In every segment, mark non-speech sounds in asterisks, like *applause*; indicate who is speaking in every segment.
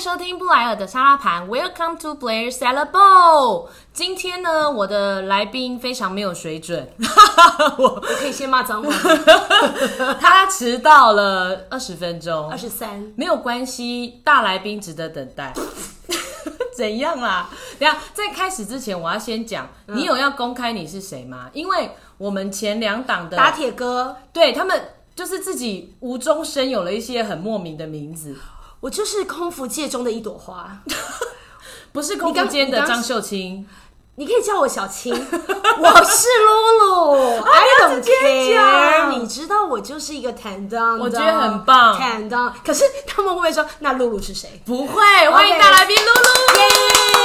Speaker 1: 收听布莱尔的沙拉盘，Welcome to Blair Salad Bowl。今天呢，我的来宾非常没有水准， *laughs* 我
Speaker 2: 我可以先骂脏话吗，
Speaker 1: *laughs* 他迟到了二十分钟，
Speaker 2: 二十三，
Speaker 1: 没有关系，大来宾值得等待。 *laughs* 怎样啦？等一下在开始之前，我要先讲，
Speaker 2: 嗯
Speaker 1: 你有要公开你是谁吗？因为我们前两档的
Speaker 2: 打铁哥，
Speaker 1: 对他们就是自己无中生有了一些很莫名的名字，
Speaker 2: 我就是空服界中的一朵花，
Speaker 1: 不是空
Speaker 2: 你刚
Speaker 1: 服间的
Speaker 2: 你刚
Speaker 1: 张秀清，
Speaker 2: 你可以叫我小
Speaker 1: *laughs*
Speaker 2: 青，我是露露
Speaker 1: 你
Speaker 2: ，I
Speaker 1: 要
Speaker 2: don't
Speaker 1: 啊直接讲
Speaker 2: care，你知道我就是一个坦荡，
Speaker 1: 我觉得很棒
Speaker 2: 坦荡。可是他们会不会说，那露露是谁？
Speaker 1: 不会，欢迎大来宾露露。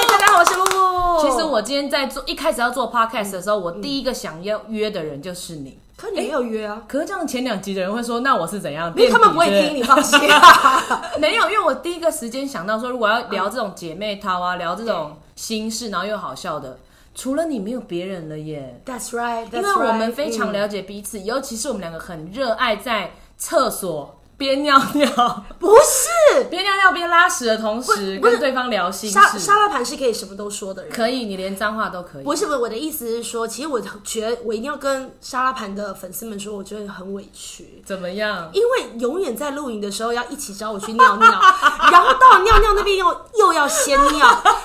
Speaker 2: 大家好，我是露露。
Speaker 1: 其实我今天在做一开始要做 podcast 的时候，我第一个想要约的人就是你。
Speaker 2: 可你没有约啊，
Speaker 1: 可是这样前两集的人会说，那我是怎样？
Speaker 2: 因为他们不会
Speaker 1: 垫底
Speaker 2: 听，你放心。啊
Speaker 1: *laughs* 没有，因为我第一个时间想到说，如果要聊这种姐妹淘啊，聊这种心事，然后又好笑的，除了你没有别人了耶。
Speaker 2: *laughs* That's right，
Speaker 1: 因为我们非常了解彼此，尤其是我们两个很热爱在厕所边尿尿、
Speaker 2: 嗯不是
Speaker 1: *laughs* 边尿尿边拉屎的同时，
Speaker 2: 不不是
Speaker 1: 跟对方聊心
Speaker 2: 沙
Speaker 1: 事
Speaker 2: 沙。拉盘是可以什么都说的人。
Speaker 1: 可以，你连脏话都可以。
Speaker 2: 不是不是，我的意思是说，其实我觉得我一定要跟沙拉盘的粉丝们说，我觉得很委屈，
Speaker 1: 怎么样？
Speaker 2: 因为永远在露营的时候要一起找我去
Speaker 1: *laughs*
Speaker 2: 尿尿，然后到尿尿那边又又要先尿，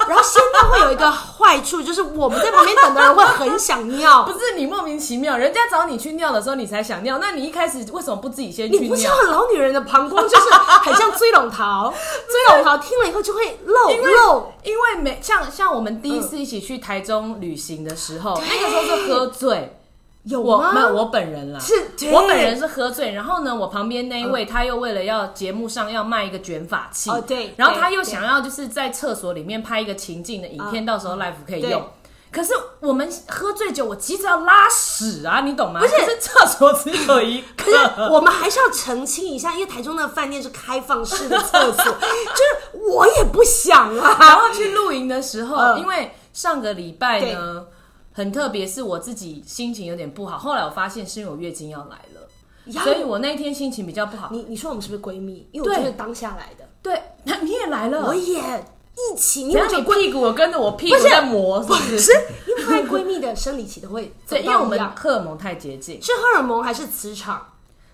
Speaker 2: 然后先尿会有一个坏处，就是我们在旁边等的人会很想
Speaker 1: 不 *laughs*
Speaker 2: 尿，
Speaker 1: 是你莫名其妙，人家找你去尿的时候你才想尿，那你一开始为什么不自己先去
Speaker 2: 你不知
Speaker 1: 尿
Speaker 2: 道？老女人的膀胱就是很像追龙
Speaker 1: *laughs*
Speaker 2: 桃，追龙桃听了以后就会漏
Speaker 1: 因为
Speaker 2: 漏。
Speaker 1: 因为没像像我们第一
Speaker 2: 嗯
Speaker 1: 次一起去台中旅行的时候，那个时候是喝醉，
Speaker 2: 有
Speaker 1: 我
Speaker 2: 吗
Speaker 1: 没有我本人啦，
Speaker 2: 是对嗯
Speaker 1: 我本人是喝醉，然后呢，我旁边那一位、他又为了要节目上要卖一个卷发器，
Speaker 2: 哦对
Speaker 1: 然后他
Speaker 2: 对
Speaker 1: 又
Speaker 2: 对嗯
Speaker 1: 想要就是在厕所里面拍一个情境的影片，到时候 live 可以
Speaker 2: 对
Speaker 1: 用。可是我们喝醉酒，我急着要拉屎啊，你懂吗？
Speaker 2: 不是
Speaker 1: 可是厕所只有一个，
Speaker 2: *laughs* 可是我们还是要澄清一下，因为台中的饭店是开放式的厕所，就是我也不想啊。
Speaker 1: *laughs* 然后去露营的时候，
Speaker 2: 嗯
Speaker 1: 因为上个礼拜呢，很特别，是我自己心情有点不好。后来我发现是因为我月经要来了，
Speaker 2: 呀
Speaker 1: 所以我那一天心情比较不好。
Speaker 2: 你你说我们是不是闺蜜？因为我
Speaker 1: 对
Speaker 2: 就是当下来的，
Speaker 1: 对，那你也来
Speaker 2: 我
Speaker 1: 了，
Speaker 2: 也一起，你
Speaker 1: 然
Speaker 2: 们
Speaker 1: 后
Speaker 2: 就
Speaker 1: 你屁股我跟着我屁股在磨，是不
Speaker 2: 不
Speaker 1: 是？
Speaker 2: 是，因为发现闺蜜的生理期都会走
Speaker 1: 对，因为我
Speaker 2: 到一
Speaker 1: 们
Speaker 2: 样，
Speaker 1: 荷尔蒙太接近，
Speaker 2: 是荷尔蒙还是磁场？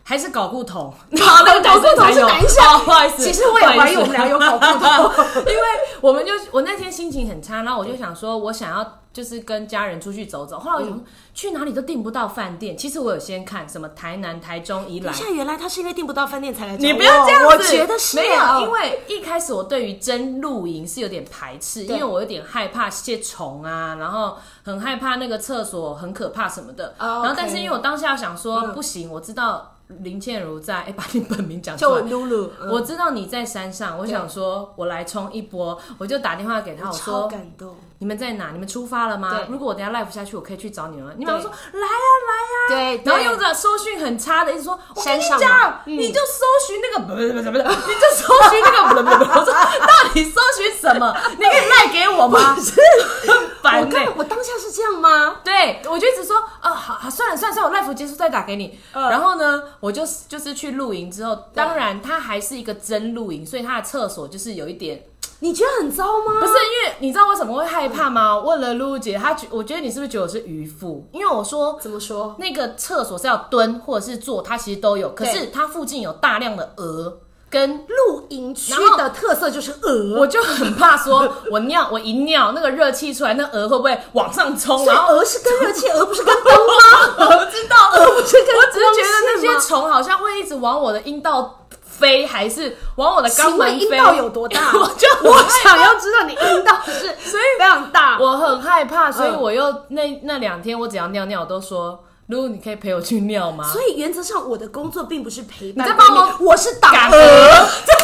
Speaker 1: 还是睾固酮，
Speaker 2: *laughs*
Speaker 1: *laughs*
Speaker 2: 搞
Speaker 1: 那个
Speaker 2: 搞
Speaker 1: 男
Speaker 2: 不
Speaker 1: 生
Speaker 2: 同
Speaker 1: 才
Speaker 2: 是
Speaker 1: 有
Speaker 2: 男生
Speaker 1: 哦不好意思，
Speaker 2: 其实我也
Speaker 1: 不好
Speaker 2: 怀
Speaker 1: 意
Speaker 2: 疑
Speaker 1: 思
Speaker 2: 我们俩有搞不同。
Speaker 1: *laughs* 因为我们就我那天心情很差，然后我就想说，我想要就是跟家人出去走走。后来我
Speaker 2: 嗯
Speaker 1: 想、去哪里都订不到饭店，其实我有先看什么台南、台中、宜兰。
Speaker 2: 现在原来她是因为订不到饭店才来找
Speaker 1: 你不要这样子，
Speaker 2: 我我觉得是啊
Speaker 1: 没有，因
Speaker 2: 为
Speaker 1: 为一开始我对于真露营是有点排斥，因
Speaker 2: 对
Speaker 1: 为我有点害怕一些虫啊，然后很害怕那个厕所很可怕什么的。
Speaker 2: 哦
Speaker 1: 然后，但是
Speaker 2: OK 嗯
Speaker 1: 因为我当下想说、不行，我知道林倩如在，哎、把你本名讲出
Speaker 2: 就
Speaker 1: 来，
Speaker 2: 露露，嗯
Speaker 1: 我知道你在山上，我想说，我来冲一波，我就打电话给他，我
Speaker 2: 超
Speaker 1: 说
Speaker 2: 感 *laughs* 动。
Speaker 1: 你们在哪？你们出发了吗
Speaker 2: 对？
Speaker 1: 如果我等一下 live 下去，我可以去找你们吗。你们
Speaker 2: 对
Speaker 1: 说来啊来啊，
Speaker 2: 对对
Speaker 1: 然后用着收讯很差的，一直说我跟
Speaker 2: 山
Speaker 1: 你
Speaker 2: 上
Speaker 1: 讲
Speaker 2: 嘛，嗯
Speaker 1: 你就搜寻那个不是不是不是，你就搜寻那个不是不是不是，我说到底搜寻什么？你可以赖给我
Speaker 2: 啊
Speaker 1: 吗？很
Speaker 2: 我
Speaker 1: 烦呢
Speaker 2: 根。本我当下是这样吗？
Speaker 1: 对，我就一直说，哦，好，好算了算了算了，我 live 结束再打给你。
Speaker 2: 嗯
Speaker 1: 然后呢，我就就是去露营之后，当然它还是一个真露营，所以它的厕所就是有一点，
Speaker 2: 你觉得很糟吗？
Speaker 1: 不是因为你知道为什么会害怕吗？问了露露姐，她觉我觉得你是不是觉得我是渔夫？因为我说
Speaker 2: 怎么说？
Speaker 1: 那个厕所是要蹲或者是坐，它其实都有，可
Speaker 2: 对
Speaker 1: 是它附近有大量的鹅跟。
Speaker 2: 露营区
Speaker 1: 然后
Speaker 2: 的特色就是鹅，
Speaker 1: 我就很怕说，我尿我一尿，那个热气出来，那鹅会不会往上冲？
Speaker 2: 所以
Speaker 1: 然后
Speaker 2: 鹅是跟热气，鹅不是跟灯吗？
Speaker 1: 我知道，
Speaker 2: 不是跟
Speaker 1: 我只是觉得那
Speaker 2: 光
Speaker 1: 些虫好像会一直往我的阴道飞，还是往我的肛
Speaker 2: 请
Speaker 1: 门
Speaker 2: 问阴
Speaker 1: 飞。
Speaker 2: 道有多大？
Speaker 1: *laughs* 我就很
Speaker 2: 我
Speaker 1: 害
Speaker 2: 想要知道你阴道是
Speaker 1: *laughs* 所以
Speaker 2: 非常大。
Speaker 1: 我很害怕，所以
Speaker 2: 嗯
Speaker 1: 我又那那两天我只要尿尿，我都说露露，你可以陪我去尿吗？
Speaker 2: 所以原则上我的工作并不是陪伴，
Speaker 1: 你在帮我
Speaker 2: 我，我是打
Speaker 1: 赶鹅
Speaker 2: 鹅。*laughs* 对，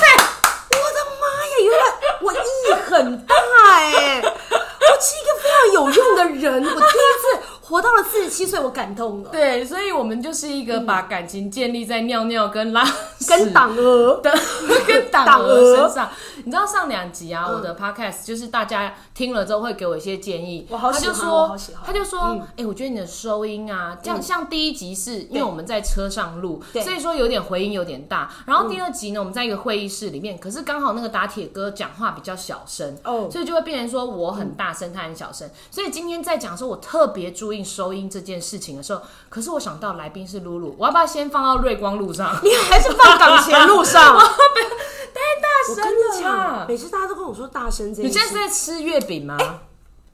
Speaker 2: 我的妈呀，原来
Speaker 1: *laughs*
Speaker 2: 我意很大哎、我是一个非常有用的人，我第一次活到了四十七岁，我感动了，
Speaker 1: 对，所以我们就是一个把感情建立在尿尿嗯跟拉屎
Speaker 2: 跟党鹅
Speaker 1: 的 *laughs*
Speaker 2: *laughs*
Speaker 1: 跟党
Speaker 2: 党
Speaker 1: 鹅
Speaker 2: 鹅嗯
Speaker 1: 身上。你知道上两集啊，我的 podcast 就是大家听了之后会给我一些建议，
Speaker 2: 我好
Speaker 1: 他
Speaker 2: 喜
Speaker 1: 就
Speaker 2: 欢我
Speaker 1: 说
Speaker 2: 好喜欢嗯
Speaker 1: 他就说，哎，我觉得你的收音啊，这样像第一集是因为我们在车上录，
Speaker 2: 对嗯
Speaker 1: 所以说有点回音有点大。然后第二集呢，我们在一个会议室里面，可是刚好那个打铁哥讲话比较小声，
Speaker 2: 哦嗯
Speaker 1: 所以就会变成说我很大声，他很小声。所以今天在讲说我特别注意收音这件事情的时候，可是我想到来宾是露露，我要不要先放到瑞光路
Speaker 2: *laughs*
Speaker 1: 上？
Speaker 2: 你还是放港前路 *laughs* 上。
Speaker 1: 太
Speaker 2: 我
Speaker 1: 大
Speaker 2: 跟你
Speaker 1: *laughs* 声
Speaker 2: 讲，
Speaker 1: 了！
Speaker 2: 每次大家都跟我说大声这
Speaker 1: 你
Speaker 2: 一
Speaker 1: 现在是哎
Speaker 2: 事，
Speaker 1: 在吃月饼吗？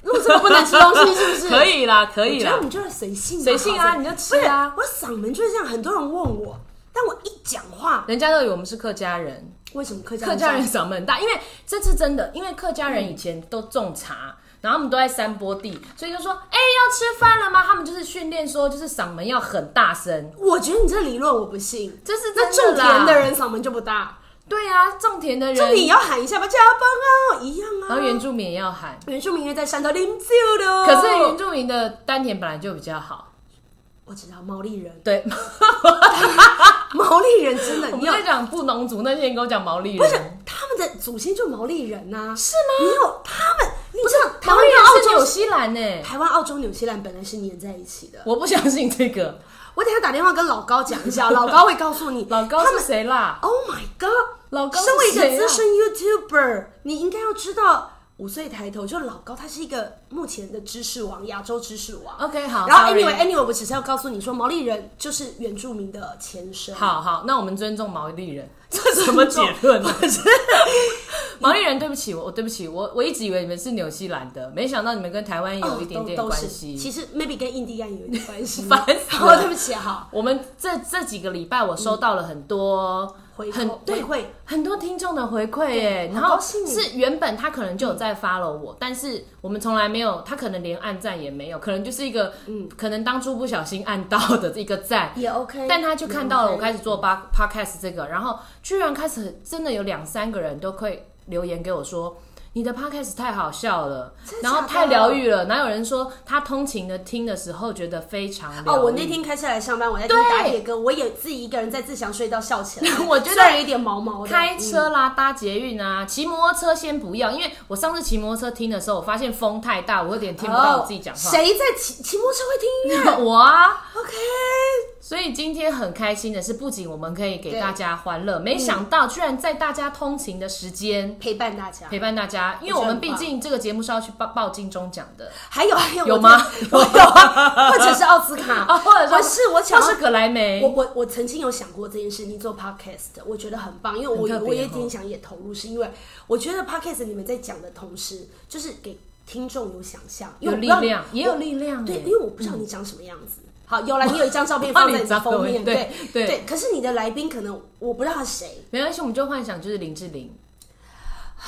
Speaker 2: 如果真的不能吃东西，是不是？
Speaker 1: *laughs* 可以啦，可以
Speaker 2: 然
Speaker 1: 啦
Speaker 2: 后我，们就是随性嘛，
Speaker 1: 随性啊，
Speaker 2: 好
Speaker 1: 你就
Speaker 2: 不
Speaker 1: 吃
Speaker 2: 是
Speaker 1: 啊。
Speaker 2: 我嗓门就是这样，很多人问我，但我一讲话，
Speaker 1: 人家都以为我们是客家人，
Speaker 2: 为什么客
Speaker 1: *laughs*
Speaker 2: 家
Speaker 1: 客家人嗓门很大，因为这次真的，因为客家人以前都种茶，嗯然后他们都在山坡地，所以就说，哎、要吃饭了吗？他们就是训练说，就是嗓门要很大声，
Speaker 2: 我觉得你这理论我不信，
Speaker 1: 这是
Speaker 2: 那
Speaker 1: 真
Speaker 2: 种
Speaker 1: 的啦
Speaker 2: 田的，人嗓门就不大，
Speaker 1: 对啊，种田的
Speaker 2: 就
Speaker 1: 人，
Speaker 2: 你也要喊一下吧，加班哦，一样
Speaker 1: 然后
Speaker 2: 啊。
Speaker 1: 原住民也要喊，
Speaker 2: 原住民也在山头啉酒的，
Speaker 1: 可是原住民的丹田本来就比较好，
Speaker 2: 我知道毛利人，
Speaker 1: 对，
Speaker 2: 毛利人真的，
Speaker 1: *laughs* 我们
Speaker 2: 你有
Speaker 1: 在讲布农族那天，你跟我讲毛利人，
Speaker 2: 不是他们的祖先就毛利人呐，是吗？你有他们，你
Speaker 1: 不
Speaker 2: 知道
Speaker 1: 是台
Speaker 2: 台湾
Speaker 1: 湾
Speaker 2: 跟
Speaker 1: 人是
Speaker 2: 澳
Speaker 1: 纽
Speaker 2: 洲、
Speaker 1: 西兰呢、欸
Speaker 2: 台湾、澳洲、纽西兰本来是粘在一起的。
Speaker 1: 我不相信这个。
Speaker 2: 我等一下打电话跟老高讲一下，老高会告诉你。
Speaker 1: *laughs* 老高
Speaker 2: 他
Speaker 1: 是
Speaker 2: 们
Speaker 1: 谁啦？
Speaker 2: ，Oh my God！
Speaker 1: 老高是
Speaker 2: 身为一
Speaker 1: 谁
Speaker 2: 个
Speaker 1: 啊
Speaker 2: 资深 YouTuber，你应该要知道五岁抬头，就老高他是一个目前的知识王，亚洲知识王。
Speaker 1: OK，好
Speaker 2: 然后
Speaker 1: sorry
Speaker 2: anyway anyway，我只是要告诉你说，毛利人就是原住民的前身。，
Speaker 1: 好好，那我们尊重毛利人，这什么结论呢？啊
Speaker 2: *laughs*
Speaker 1: *laughs* 毛利人，对不起，我我对不起，我我一直以为你们是纽西兰的，没想到你们跟台湾有一点点
Speaker 2: 哦都
Speaker 1: 关
Speaker 2: 都是，
Speaker 1: 系。
Speaker 2: 其实 maybe 跟印第安有一点关系。
Speaker 1: *laughs* 烦死
Speaker 2: *laughs*
Speaker 1: 了
Speaker 2: 好对不起，好
Speaker 1: 我们这这几个礼拜，我收到了很多
Speaker 2: 嗯回
Speaker 1: 很对
Speaker 2: 回馈
Speaker 1: 很多听众的回馈耶，
Speaker 2: 对
Speaker 1: 然
Speaker 2: 好
Speaker 1: 后
Speaker 2: 高兴嗯
Speaker 1: 是原本他可能就有在 follow 我，但是我们从来没有，他可能连按赞也没有，可能就是一个，
Speaker 2: 嗯
Speaker 1: 可能当初不小心按到的一个赞，
Speaker 2: 也 OK。
Speaker 1: 但他就看到了我开
Speaker 2: 始
Speaker 1: 始做 pod podcast 这个，然后居然开始真的有两三个人都会留言给我说。你的 podcast 太好笑了，
Speaker 2: 真的
Speaker 1: 然后
Speaker 2: 假的
Speaker 1: 太疗愈了。哪有人说他通勤的听的时候觉得非常疗愈
Speaker 2: 哦，我那天开车来上班，我在听
Speaker 1: 对，
Speaker 2: 打铁哥，我也自己一个人在自强隧道笑起来
Speaker 1: *laughs* 我觉得
Speaker 2: 虽然有点毛毛的。
Speaker 1: 开车啦、搭捷运啊、骑摩托车先不要，因为我上次骑摩托车听的时候，我发现风太大，我有点听不到我自己讲话。
Speaker 2: 谁在骑骑摩托车会听音
Speaker 1: *laughs*
Speaker 2: 乐
Speaker 1: 我啊，
Speaker 2: ？OK，
Speaker 1: 所以今天很开心的是，不仅我们可以给
Speaker 2: 对
Speaker 1: 大家欢
Speaker 2: 嗯
Speaker 1: 乐，没想到居然在大家通勤的时间。
Speaker 2: 陪伴大家。
Speaker 1: 陪伴大家，因为我们毕竟这个节目是要去报报金钟奖的，
Speaker 2: 还有还有
Speaker 1: *laughs* 有
Speaker 2: 我
Speaker 1: 吗
Speaker 2: 觉得有啊， *laughs* 或者是奥
Speaker 1: *laughs*
Speaker 2: 斯卡
Speaker 1: 啊或者是
Speaker 2: 我是我想
Speaker 1: 像
Speaker 2: 要
Speaker 1: 是葛莱美
Speaker 2: 我，我我曾经有想过这件事，你做 podcast，的我觉得很棒，因为我
Speaker 1: 很特别
Speaker 2: 我也
Speaker 1: 哦
Speaker 2: 挺想也投入，是因为我觉得 podcast 你们在讲的同时，就是给听众有想象，因
Speaker 1: 有
Speaker 2: 为我不
Speaker 1: 力
Speaker 2: 知道
Speaker 1: 量，也有
Speaker 2: 我
Speaker 1: 力量耶。
Speaker 2: 对，因为我不知道你长什么样子。好，有了，你有一张
Speaker 1: *laughs*
Speaker 2: 照片
Speaker 1: 怕嗯
Speaker 2: 放
Speaker 1: 你
Speaker 2: 在你的
Speaker 1: 长得
Speaker 2: 封面，
Speaker 1: 欸对
Speaker 2: 对
Speaker 1: 对
Speaker 2: 可是你的来宾可能我不知道他是谁，
Speaker 1: 没关系，我们就幻想就是林志玲、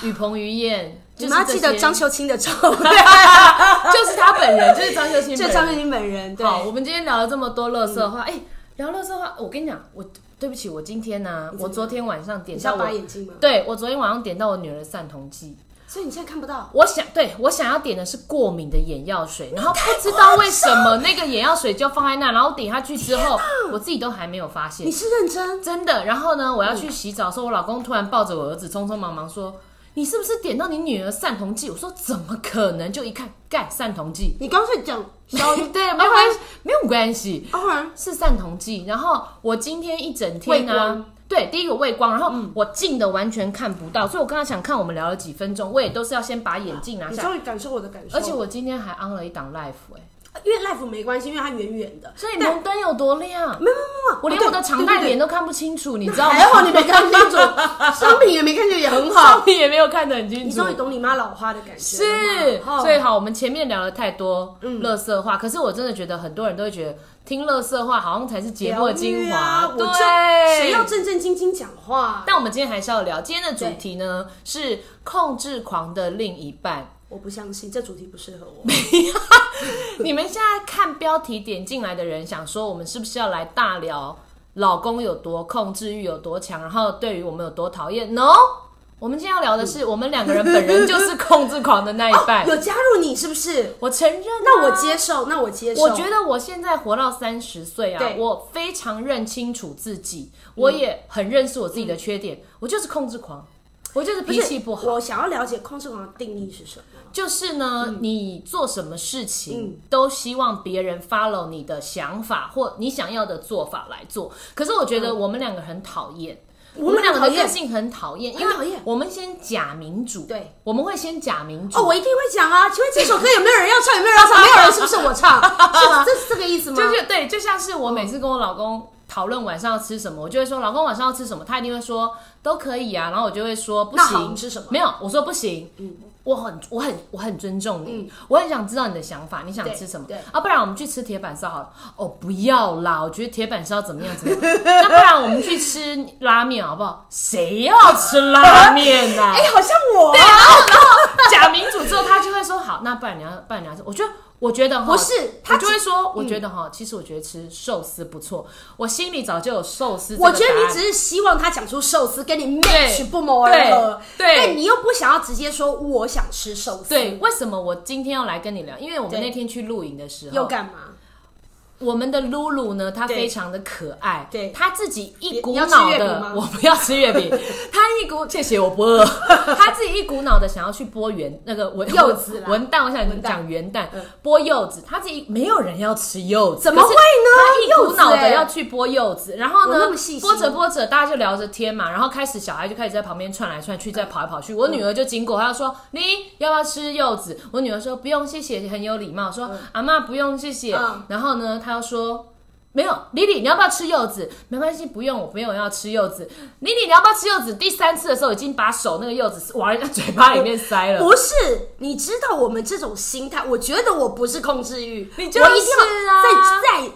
Speaker 1: 雨鹏、于燕，
Speaker 2: 你
Speaker 1: 就是
Speaker 2: 们要记得
Speaker 1: 这些
Speaker 2: 张秋
Speaker 1: *laughs*
Speaker 2: 清的照片，
Speaker 1: 就是他本人，就是张秀清本
Speaker 2: 就
Speaker 1: 人。
Speaker 2: 张秋清本人。对，
Speaker 1: 好，我们今天聊了这么多乐色话，
Speaker 2: 嗯
Speaker 1: 哎、聊乐色话，我跟你讲，我对不起，我今天呢、我昨天晚上点
Speaker 2: 你是
Speaker 1: 到
Speaker 2: 要
Speaker 1: 我
Speaker 2: 拔，眼睛吗？
Speaker 1: 对我昨天晚上点到我女儿的散瞳剂，
Speaker 2: 所以你现在看不到。
Speaker 1: 我想对我想要点的是过敏的眼药水，然后不知道为什么那个眼药水就放在那，然后点下去之后，我自己都还没有发现
Speaker 2: 你，是认真？
Speaker 1: 真的。然后呢，我要去洗澡的时候，我老公突然抱着我儿子，匆匆忙忙说。你是不是点到你女儿散瞳剂？我说怎么可能？就一看，干散瞳 *laughs* 剂，
Speaker 2: 你刚才讲小 *laughs*
Speaker 1: 对，没有关系，没有关系。
Speaker 2: 阿
Speaker 1: *laughs*
Speaker 2: 然
Speaker 1: 是散瞳剂，然后我今天一整天
Speaker 2: 畏
Speaker 1: 呢、
Speaker 2: 光
Speaker 1: 对，第一个畏光，然后我近的完全看不到，所以我刚刚想看我们聊了几分钟，我也都是要先把眼镜拿
Speaker 2: 你
Speaker 1: 下，
Speaker 2: 终于感受我的感受，
Speaker 1: 而
Speaker 2: 呃
Speaker 1: 且我今天还 on 了一档 life 哎、
Speaker 2: 因为 life 没关系，因为它远远的，
Speaker 1: 所以
Speaker 2: 但
Speaker 1: 明灯有多亮，
Speaker 2: 没有没有没有，
Speaker 1: 啊
Speaker 2: 哦
Speaker 1: 我连我的长
Speaker 2: 对
Speaker 1: 带
Speaker 2: 对对
Speaker 1: 脸都看不清楚，你知道吗？
Speaker 2: 还好你没看清
Speaker 1: *laughs*
Speaker 2: 楚，商品也没看见，也很好。
Speaker 1: 上面也没有看得很清
Speaker 2: 你
Speaker 1: 楚
Speaker 2: 终于。懂你妈老花的感觉
Speaker 1: 是
Speaker 2: 了，嘛
Speaker 1: 所以
Speaker 2: 哦
Speaker 1: 好，我们前面聊了太多乐色话，可是我真的觉得很多人都会觉得听乐色话好像才是节目的精
Speaker 2: 疗愈
Speaker 1: 华，
Speaker 2: 啊我
Speaker 1: 对，
Speaker 2: 就谁要正正经经讲话？
Speaker 1: 但我们今天还是要聊，今天的主题呢是控制狂的另一半。
Speaker 2: 我不相信这主题不适合我。
Speaker 1: *laughs* 你们现在看标题点进来的人，想说我们是不是要来大聊老公有多控制欲有多强，然后对于我们有多讨厌？No，我们今天要聊的是，我们两个人本人就是控制狂的那一 *laughs* 半。
Speaker 2: 有加入你是不是？
Speaker 1: 我承认、啊
Speaker 2: 那我接受，那我接受。
Speaker 1: 我觉得我现在活到三十岁啊
Speaker 2: 对，
Speaker 1: 我非常认清楚自己，我也很认识我自己的缺点，我就是控制狂，我就是
Speaker 2: 不
Speaker 1: 脾
Speaker 2: 是
Speaker 1: 气嗯不好。嗯
Speaker 2: 我想要了解控制狂的定义是什么？
Speaker 1: 就是呢，
Speaker 2: 嗯
Speaker 1: 你做什么事情都希望别人 follow 你的想法或你想要的做法来做。可是我觉得我们两个很讨厌。
Speaker 2: 嗯我们
Speaker 1: 两
Speaker 2: 两个
Speaker 1: 个的
Speaker 2: 讨厌
Speaker 1: 个性很讨厌，因
Speaker 2: 很讨
Speaker 1: 为
Speaker 2: 厌
Speaker 1: 我们先假民主，
Speaker 2: 对，
Speaker 1: 我们会先假民主。
Speaker 2: 哦，我一定会讲啊！请问这首歌有没有人要唱？有没有人
Speaker 1: *laughs*
Speaker 2: 要唱？没有人，是不是我唱？是吗？这是这个意思吗？
Speaker 1: 就是对，就像是我每次跟我老公讨论晚上要吃什么，我就会说老公晚上要吃什么，他一定会说都可以啊，然后我就会说不
Speaker 2: 那好
Speaker 1: 行，
Speaker 2: 你吃什么嗯
Speaker 1: 没有，我说不行，我很我很我很尊重你，我很想知道你的想法，你想吃什么
Speaker 2: 对对
Speaker 1: 啊？不然我们去吃铁板烧好了。哦，不要啦，我觉得铁板烧怎么样怎么样， *laughs* 那不然我们去吃拉面好不好？谁要吃拉面呢、啊？
Speaker 2: *laughs* 哎，好像我啊
Speaker 1: *laughs* 假民主之后，他就会说好，那不然你要不然你要吃？我觉得我觉得哈
Speaker 2: 不是他嗯
Speaker 1: 我就会说，我觉得哈，其实我觉得吃寿司不错，我心里早就有寿司这个答
Speaker 2: 我
Speaker 1: 案。
Speaker 2: 觉得你只是希望他讲出寿司跟你 match 不谋而
Speaker 1: 对
Speaker 2: 合，
Speaker 1: 对
Speaker 2: 但你又不想要直接说我想吃寿司，
Speaker 1: 对，为什么我今天要来跟你聊？因为我们
Speaker 2: 对
Speaker 1: 那天去露营的时
Speaker 2: 又
Speaker 1: 候，
Speaker 2: 干嘛？
Speaker 1: 我们的露露呢，她
Speaker 2: 对
Speaker 1: 非常的可爱，
Speaker 2: 对
Speaker 1: 她自己一股
Speaker 2: 你要吃
Speaker 1: 脑
Speaker 2: 月饼
Speaker 1: 的 *laughs*
Speaker 2: 吗，
Speaker 1: 我不要吃月饼，
Speaker 2: *laughs*
Speaker 1: 她一股谢谢我不饿，她自己一股脑的想要去剥元那个文
Speaker 2: 柚
Speaker 1: *laughs*
Speaker 2: 子啦
Speaker 1: 文蛋，我想
Speaker 2: 文蛋
Speaker 1: 讲元蛋
Speaker 2: 嗯，
Speaker 1: 剥柚子，她自己没有人要吃柚子，
Speaker 2: 怎么
Speaker 1: 可是
Speaker 2: 会呢
Speaker 1: 她一股脑
Speaker 2: 柚子
Speaker 1: 的
Speaker 2: 欸
Speaker 1: 要去剥柚子，然后
Speaker 2: 我
Speaker 1: 呢
Speaker 2: 那么细，心啊
Speaker 1: 剥着剥着大家就聊着天嘛，然后开始小孩就开始在旁边窜来窜去，再跑来跑
Speaker 2: 嗯
Speaker 1: 去，我女儿就经过，她就说你要不要吃柚子？我女儿说不用，谢谢，很有礼貌，说阿妈不用，谢谢
Speaker 2: 嗯。
Speaker 1: 然后呢，她又说。没有，李李，你要不要吃柚子？没关系，不用，我没有要吃柚子。李李，你要不要吃柚子？第三次的时候，已经把手那个柚子往人家嘴巴里面塞
Speaker 2: *laughs*
Speaker 1: 了。
Speaker 2: 不是，你知道我们这种心态，我觉得我不是控制欲，
Speaker 1: 你就是啊
Speaker 2: 我一定要再再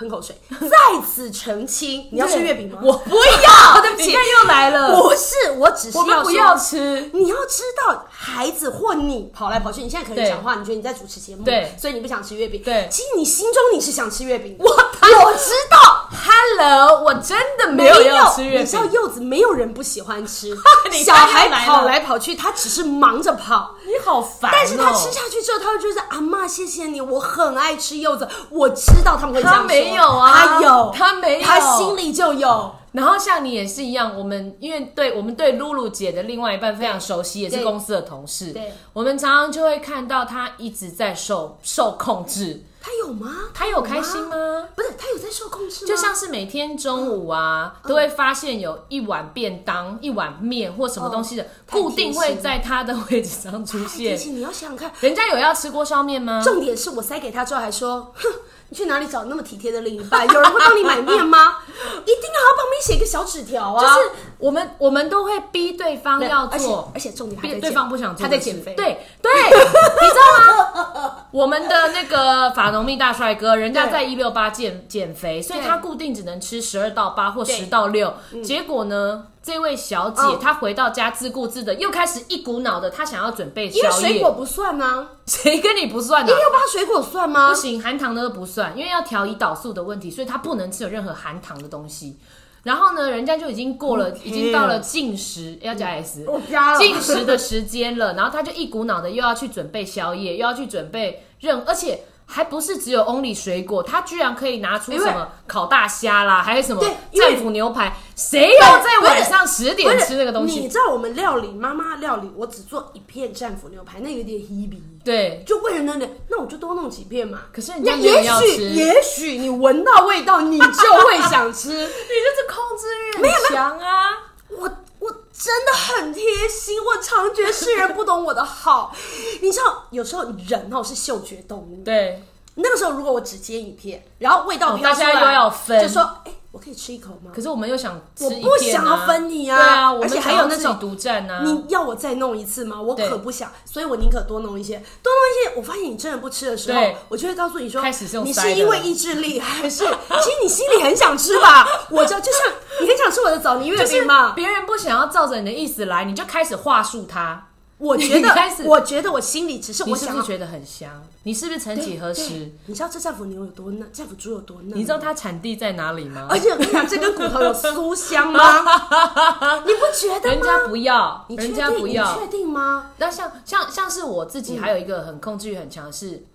Speaker 2: 喷口水，再次澄清。你要吃月饼吗？
Speaker 1: 我不要，对不
Speaker 2: *laughs* 你
Speaker 1: 起，
Speaker 2: 看
Speaker 1: 又来了。
Speaker 2: 不是，我只是
Speaker 1: 我们
Speaker 2: 要
Speaker 1: 不
Speaker 2: 说
Speaker 1: 要吃，
Speaker 2: 你要知道，孩子或你跑来跑去，你现在可能
Speaker 1: 对
Speaker 2: 讲话，你觉得你在主持节目，
Speaker 1: 对
Speaker 2: 所以你不想吃月饼，
Speaker 1: 对
Speaker 2: 其实你心中你是想吃月饼的，
Speaker 1: 我 *laughs*
Speaker 2: 我知道，
Speaker 1: Hello，我真的没有要吃月
Speaker 2: 你知道
Speaker 1: 饼。，
Speaker 2: 柚子没有人不喜欢吃
Speaker 1: 你
Speaker 2: 小
Speaker 1: 看又
Speaker 2: 孩
Speaker 1: 来
Speaker 2: 跑
Speaker 1: 了
Speaker 2: 来跑去，他只是忙着跑。
Speaker 1: 你好烦、哦，
Speaker 2: 但是他吃下去之后，他会就是阿妈，谢谢你，我很爱吃柚子。我知道他们会这样
Speaker 1: 他
Speaker 2: 说
Speaker 1: 没有啊
Speaker 2: 他有，
Speaker 1: 他没有
Speaker 2: 他心里就有。
Speaker 1: 然后像你也是一样，我们因为对我们对露露姐的另外一半非常熟悉，也是
Speaker 2: 对
Speaker 1: 公司的同事，
Speaker 2: 对
Speaker 1: 我们常常就会看到她一直在受受控制。
Speaker 2: 他有吗？
Speaker 1: 她有开心吗？
Speaker 2: 不是，他有在受控制吗？
Speaker 1: 就像是每天中午啊，都会发现有一碗便当、一碗面或什么东西的，
Speaker 2: 太
Speaker 1: 固定
Speaker 2: 贴心
Speaker 1: 会在她的位置上出
Speaker 2: 而
Speaker 1: 现。
Speaker 2: 且哎你要想想看，
Speaker 1: 人家有要吃锅烧面吗？
Speaker 2: 重点是我塞给他之后还说，哼，你去哪里找那么体贴的另一半？ *laughs* 有人会帮你买面
Speaker 1: *laughs*
Speaker 2: 吗？一定要旁边写个小纸条
Speaker 1: 就
Speaker 2: 啊！
Speaker 1: 是我们我们都会逼对方要
Speaker 2: 而且
Speaker 1: 做，
Speaker 2: 而且重点还在
Speaker 1: 对
Speaker 2: 减
Speaker 1: 对方不想做
Speaker 2: 他
Speaker 1: 的
Speaker 2: 在
Speaker 1: 事，
Speaker 2: 减肥，，
Speaker 1: 对对， *laughs* 你知道吗？我们的那个法农蜜大帅哥，人家
Speaker 2: 对
Speaker 1: 在一六八减减肥，所以
Speaker 2: 对
Speaker 1: 他固定只能吃十二到八或
Speaker 2: 对嗯
Speaker 1: 十到六。结果呢，这位小姐
Speaker 2: 哦
Speaker 1: 她回到家自顾自的，又开始一股脑的，她想要准备
Speaker 2: 因为
Speaker 1: 宵
Speaker 2: 水
Speaker 1: 夜
Speaker 2: 果。不算
Speaker 1: 啊
Speaker 2: 吗？
Speaker 1: 谁跟你不算啊
Speaker 2: 一
Speaker 1: 的？
Speaker 2: 六八水果算吗
Speaker 1: 不？行，含糖的都不算，因为要调胰岛素的问题，所以他不能吃有任何含糖的东西。然后呢，人家就已经过了，已经到了进食，要加 S，
Speaker 2: 嗯我加了
Speaker 1: 进食的时间了。然后他就一股脑的又要去准备宵夜，又要去准备任，而且还不是只有 only 水果，他居然可以拿出
Speaker 2: 因为
Speaker 1: 什么烤大虾啦，还有什么
Speaker 2: 对因为
Speaker 1: 战斧牛排，谁要在晚上十点
Speaker 2: 不是
Speaker 1: 吃那个东
Speaker 2: 你
Speaker 1: 西？
Speaker 2: 知道我们料理妈妈料理，我只做一片战斧牛排，那有点 hebe。
Speaker 1: 对，
Speaker 2: 就为了那点，那我就多弄几片嘛。
Speaker 1: 可是人家
Speaker 2: 那
Speaker 1: 没有
Speaker 2: 也
Speaker 1: 要
Speaker 2: 许
Speaker 1: 吃，你
Speaker 2: 也许你闻到味道，你就会想吃。
Speaker 1: *laughs* 就是控制欲很强啊。
Speaker 2: 我我真的很贴心，我常觉世人不懂我的好。 *laughs* 你知道，有时候人哦是嗅觉动物。
Speaker 1: 对，
Speaker 2: 那个时候，如果我只煎一片，然后味道
Speaker 1: 哦
Speaker 2: 飘出来，
Speaker 1: 大家又要分
Speaker 2: 就说：“哎、我可以吃一口吗？”
Speaker 1: 可是我们又想吃
Speaker 2: 我
Speaker 1: 一片、啊，
Speaker 2: 不想要分你啊
Speaker 1: 对啊，我
Speaker 2: 而
Speaker 1: 们
Speaker 2: 且
Speaker 1: 想
Speaker 2: 还有
Speaker 1: 要
Speaker 2: 那
Speaker 1: 自己
Speaker 2: 种
Speaker 1: 独占啊。
Speaker 2: 你要我再弄一次吗？我
Speaker 1: 对
Speaker 2: 可不想，所以我宁可多弄一些，多弄一些。我发现你真的不吃的时候
Speaker 1: 对，
Speaker 2: 我就会告诉你说，
Speaker 1: 开始是用
Speaker 2: 你
Speaker 1: 塞的
Speaker 2: 是因为意志
Speaker 1: *laughs*
Speaker 2: 力，还是其实你心里很想吃吧？我就就像你很想吃我的枣泥月
Speaker 1: 就是
Speaker 2: 饼嘛，
Speaker 1: 别人不想要照着你的意思来，你就开始话术他。
Speaker 2: 我觉
Speaker 1: 你
Speaker 2: 得
Speaker 1: 开始，
Speaker 2: 我觉得我心里只是
Speaker 1: 你
Speaker 2: 我
Speaker 1: 是
Speaker 2: 想
Speaker 1: 不是
Speaker 2: 要
Speaker 1: 觉得很香？你是不是曾几何时
Speaker 2: 对？你知道这战斧牛有多嫩，战斧猪有多嫩？
Speaker 1: 你知道它产地在哪里吗？
Speaker 2: *laughs* 而且我跟你讲，这根骨头有酥
Speaker 1: *laughs*
Speaker 2: 香吗？你不觉得
Speaker 1: 人
Speaker 2: 吗？
Speaker 1: 家不要，
Speaker 2: 你确
Speaker 1: 人
Speaker 2: 定
Speaker 1: 家不要
Speaker 2: 你。确嗯定吗？
Speaker 1: 那像像像是我自己，还有一个很控制欲很强的是，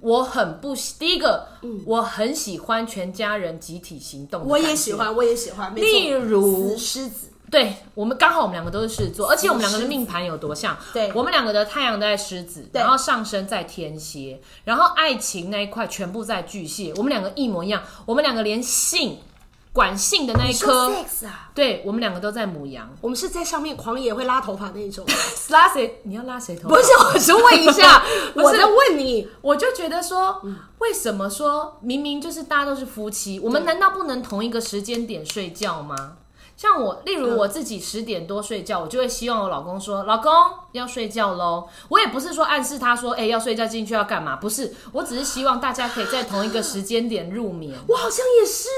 Speaker 1: 我很不喜第一个，我很喜欢全家人集体行动，
Speaker 2: 嗯我也喜。欢，我也喜欢。没错
Speaker 1: 例如
Speaker 2: 死狮子，
Speaker 1: 对我们刚好我们两个都是狮子座，而且我们两个的命盘有多像？
Speaker 2: 对
Speaker 1: 我们两个的太阳都在狮子，
Speaker 2: 对
Speaker 1: 然后上升在天蝎，然后爱情那一块全部在巨蟹，我们两个一模一样，我们两个连性管性的那一
Speaker 2: 你说
Speaker 1: 颗，
Speaker 2: sex 啊，
Speaker 1: 对我们两个都在母羊。
Speaker 2: 我们是在上面狂野会拉头发那种。
Speaker 1: 拉谁？你要拉谁头发？，
Speaker 2: *laughs* 不是，我是问一 *laughs* 下
Speaker 1: 不是
Speaker 2: 我在问你，
Speaker 1: 我就觉得说，
Speaker 2: 嗯
Speaker 1: 为什么说明明就是大家都是夫妻，我们难道不能同一个时间点睡觉吗？像我，例如我自己十点多睡觉，我就会希望我老公说：“老公要睡觉喽。”我也不是说暗示他说：“哎、要睡觉进去要干嘛？”不是，我只是希望大家可以在同一个时间点入
Speaker 2: *laughs*
Speaker 1: 眠。
Speaker 2: 我好像也是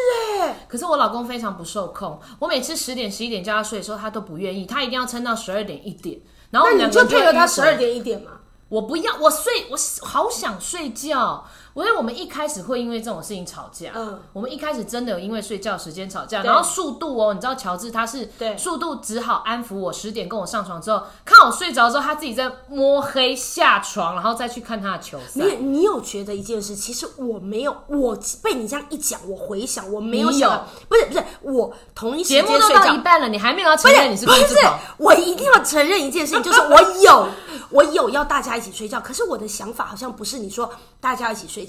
Speaker 2: 哎，
Speaker 1: 可是我老公非常不受控，我每次十点十一点叫他睡的时候，他都不愿意，他一定要撑到十二点一点。然后我
Speaker 2: 那
Speaker 1: 们
Speaker 2: 你
Speaker 1: 两个
Speaker 2: 就
Speaker 1: 人
Speaker 2: 配合他
Speaker 1: 就
Speaker 2: 十
Speaker 1: 会
Speaker 2: 二点一点嘛。
Speaker 1: 我不要，我睡，我好想睡觉。因为我们一开始会因为这种事情吵架，
Speaker 2: 嗯
Speaker 1: 我们一开始真的有因为睡觉时间吵架，
Speaker 2: 对
Speaker 1: 然后速度哦，你知道乔治他是
Speaker 2: 对
Speaker 1: 速度只好安抚我，十点跟我上床之后，看我睡着之后，他自己在摸黑下床，然后再去看他的球赛
Speaker 2: 你。你有觉得一件事？其实我没有，我被你这样一讲，我回想我没有
Speaker 1: 你
Speaker 2: 想到，不是不是，我同一时
Speaker 1: 节
Speaker 2: 间
Speaker 1: 目都
Speaker 2: 睡
Speaker 1: 到一
Speaker 2: 觉。
Speaker 1: 半了，你还没有要承
Speaker 2: 不
Speaker 1: 认
Speaker 2: 是
Speaker 1: 你是
Speaker 2: 不
Speaker 1: 公
Speaker 2: 是
Speaker 1: 司头？，
Speaker 2: 我一定要承认一件事情，就是我有 *laughs* 我有要大家一起睡觉，可是我的想法好像不是你说大家一起睡觉。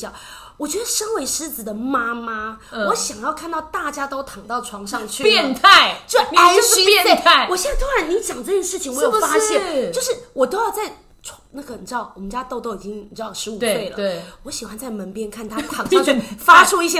Speaker 2: 我觉得身为狮子的妈妈，我想要看到大家都躺到床上去
Speaker 1: 嗯
Speaker 2: 了，
Speaker 1: 变态，
Speaker 2: 就
Speaker 1: 你就是
Speaker 2: I should
Speaker 1: 变
Speaker 2: say，
Speaker 1: 态
Speaker 2: 我。现在突然你讲这件事情，我
Speaker 1: 是
Speaker 2: 有
Speaker 1: 不是
Speaker 2: 发现，就是我都要在床那个，你知道，我们家豆豆已经你知道十五岁了，
Speaker 1: 对对
Speaker 2: 我喜欢在门边看他躺上
Speaker 1: *laughs*
Speaker 2: 去
Speaker 1: 变态，
Speaker 2: 发出一些，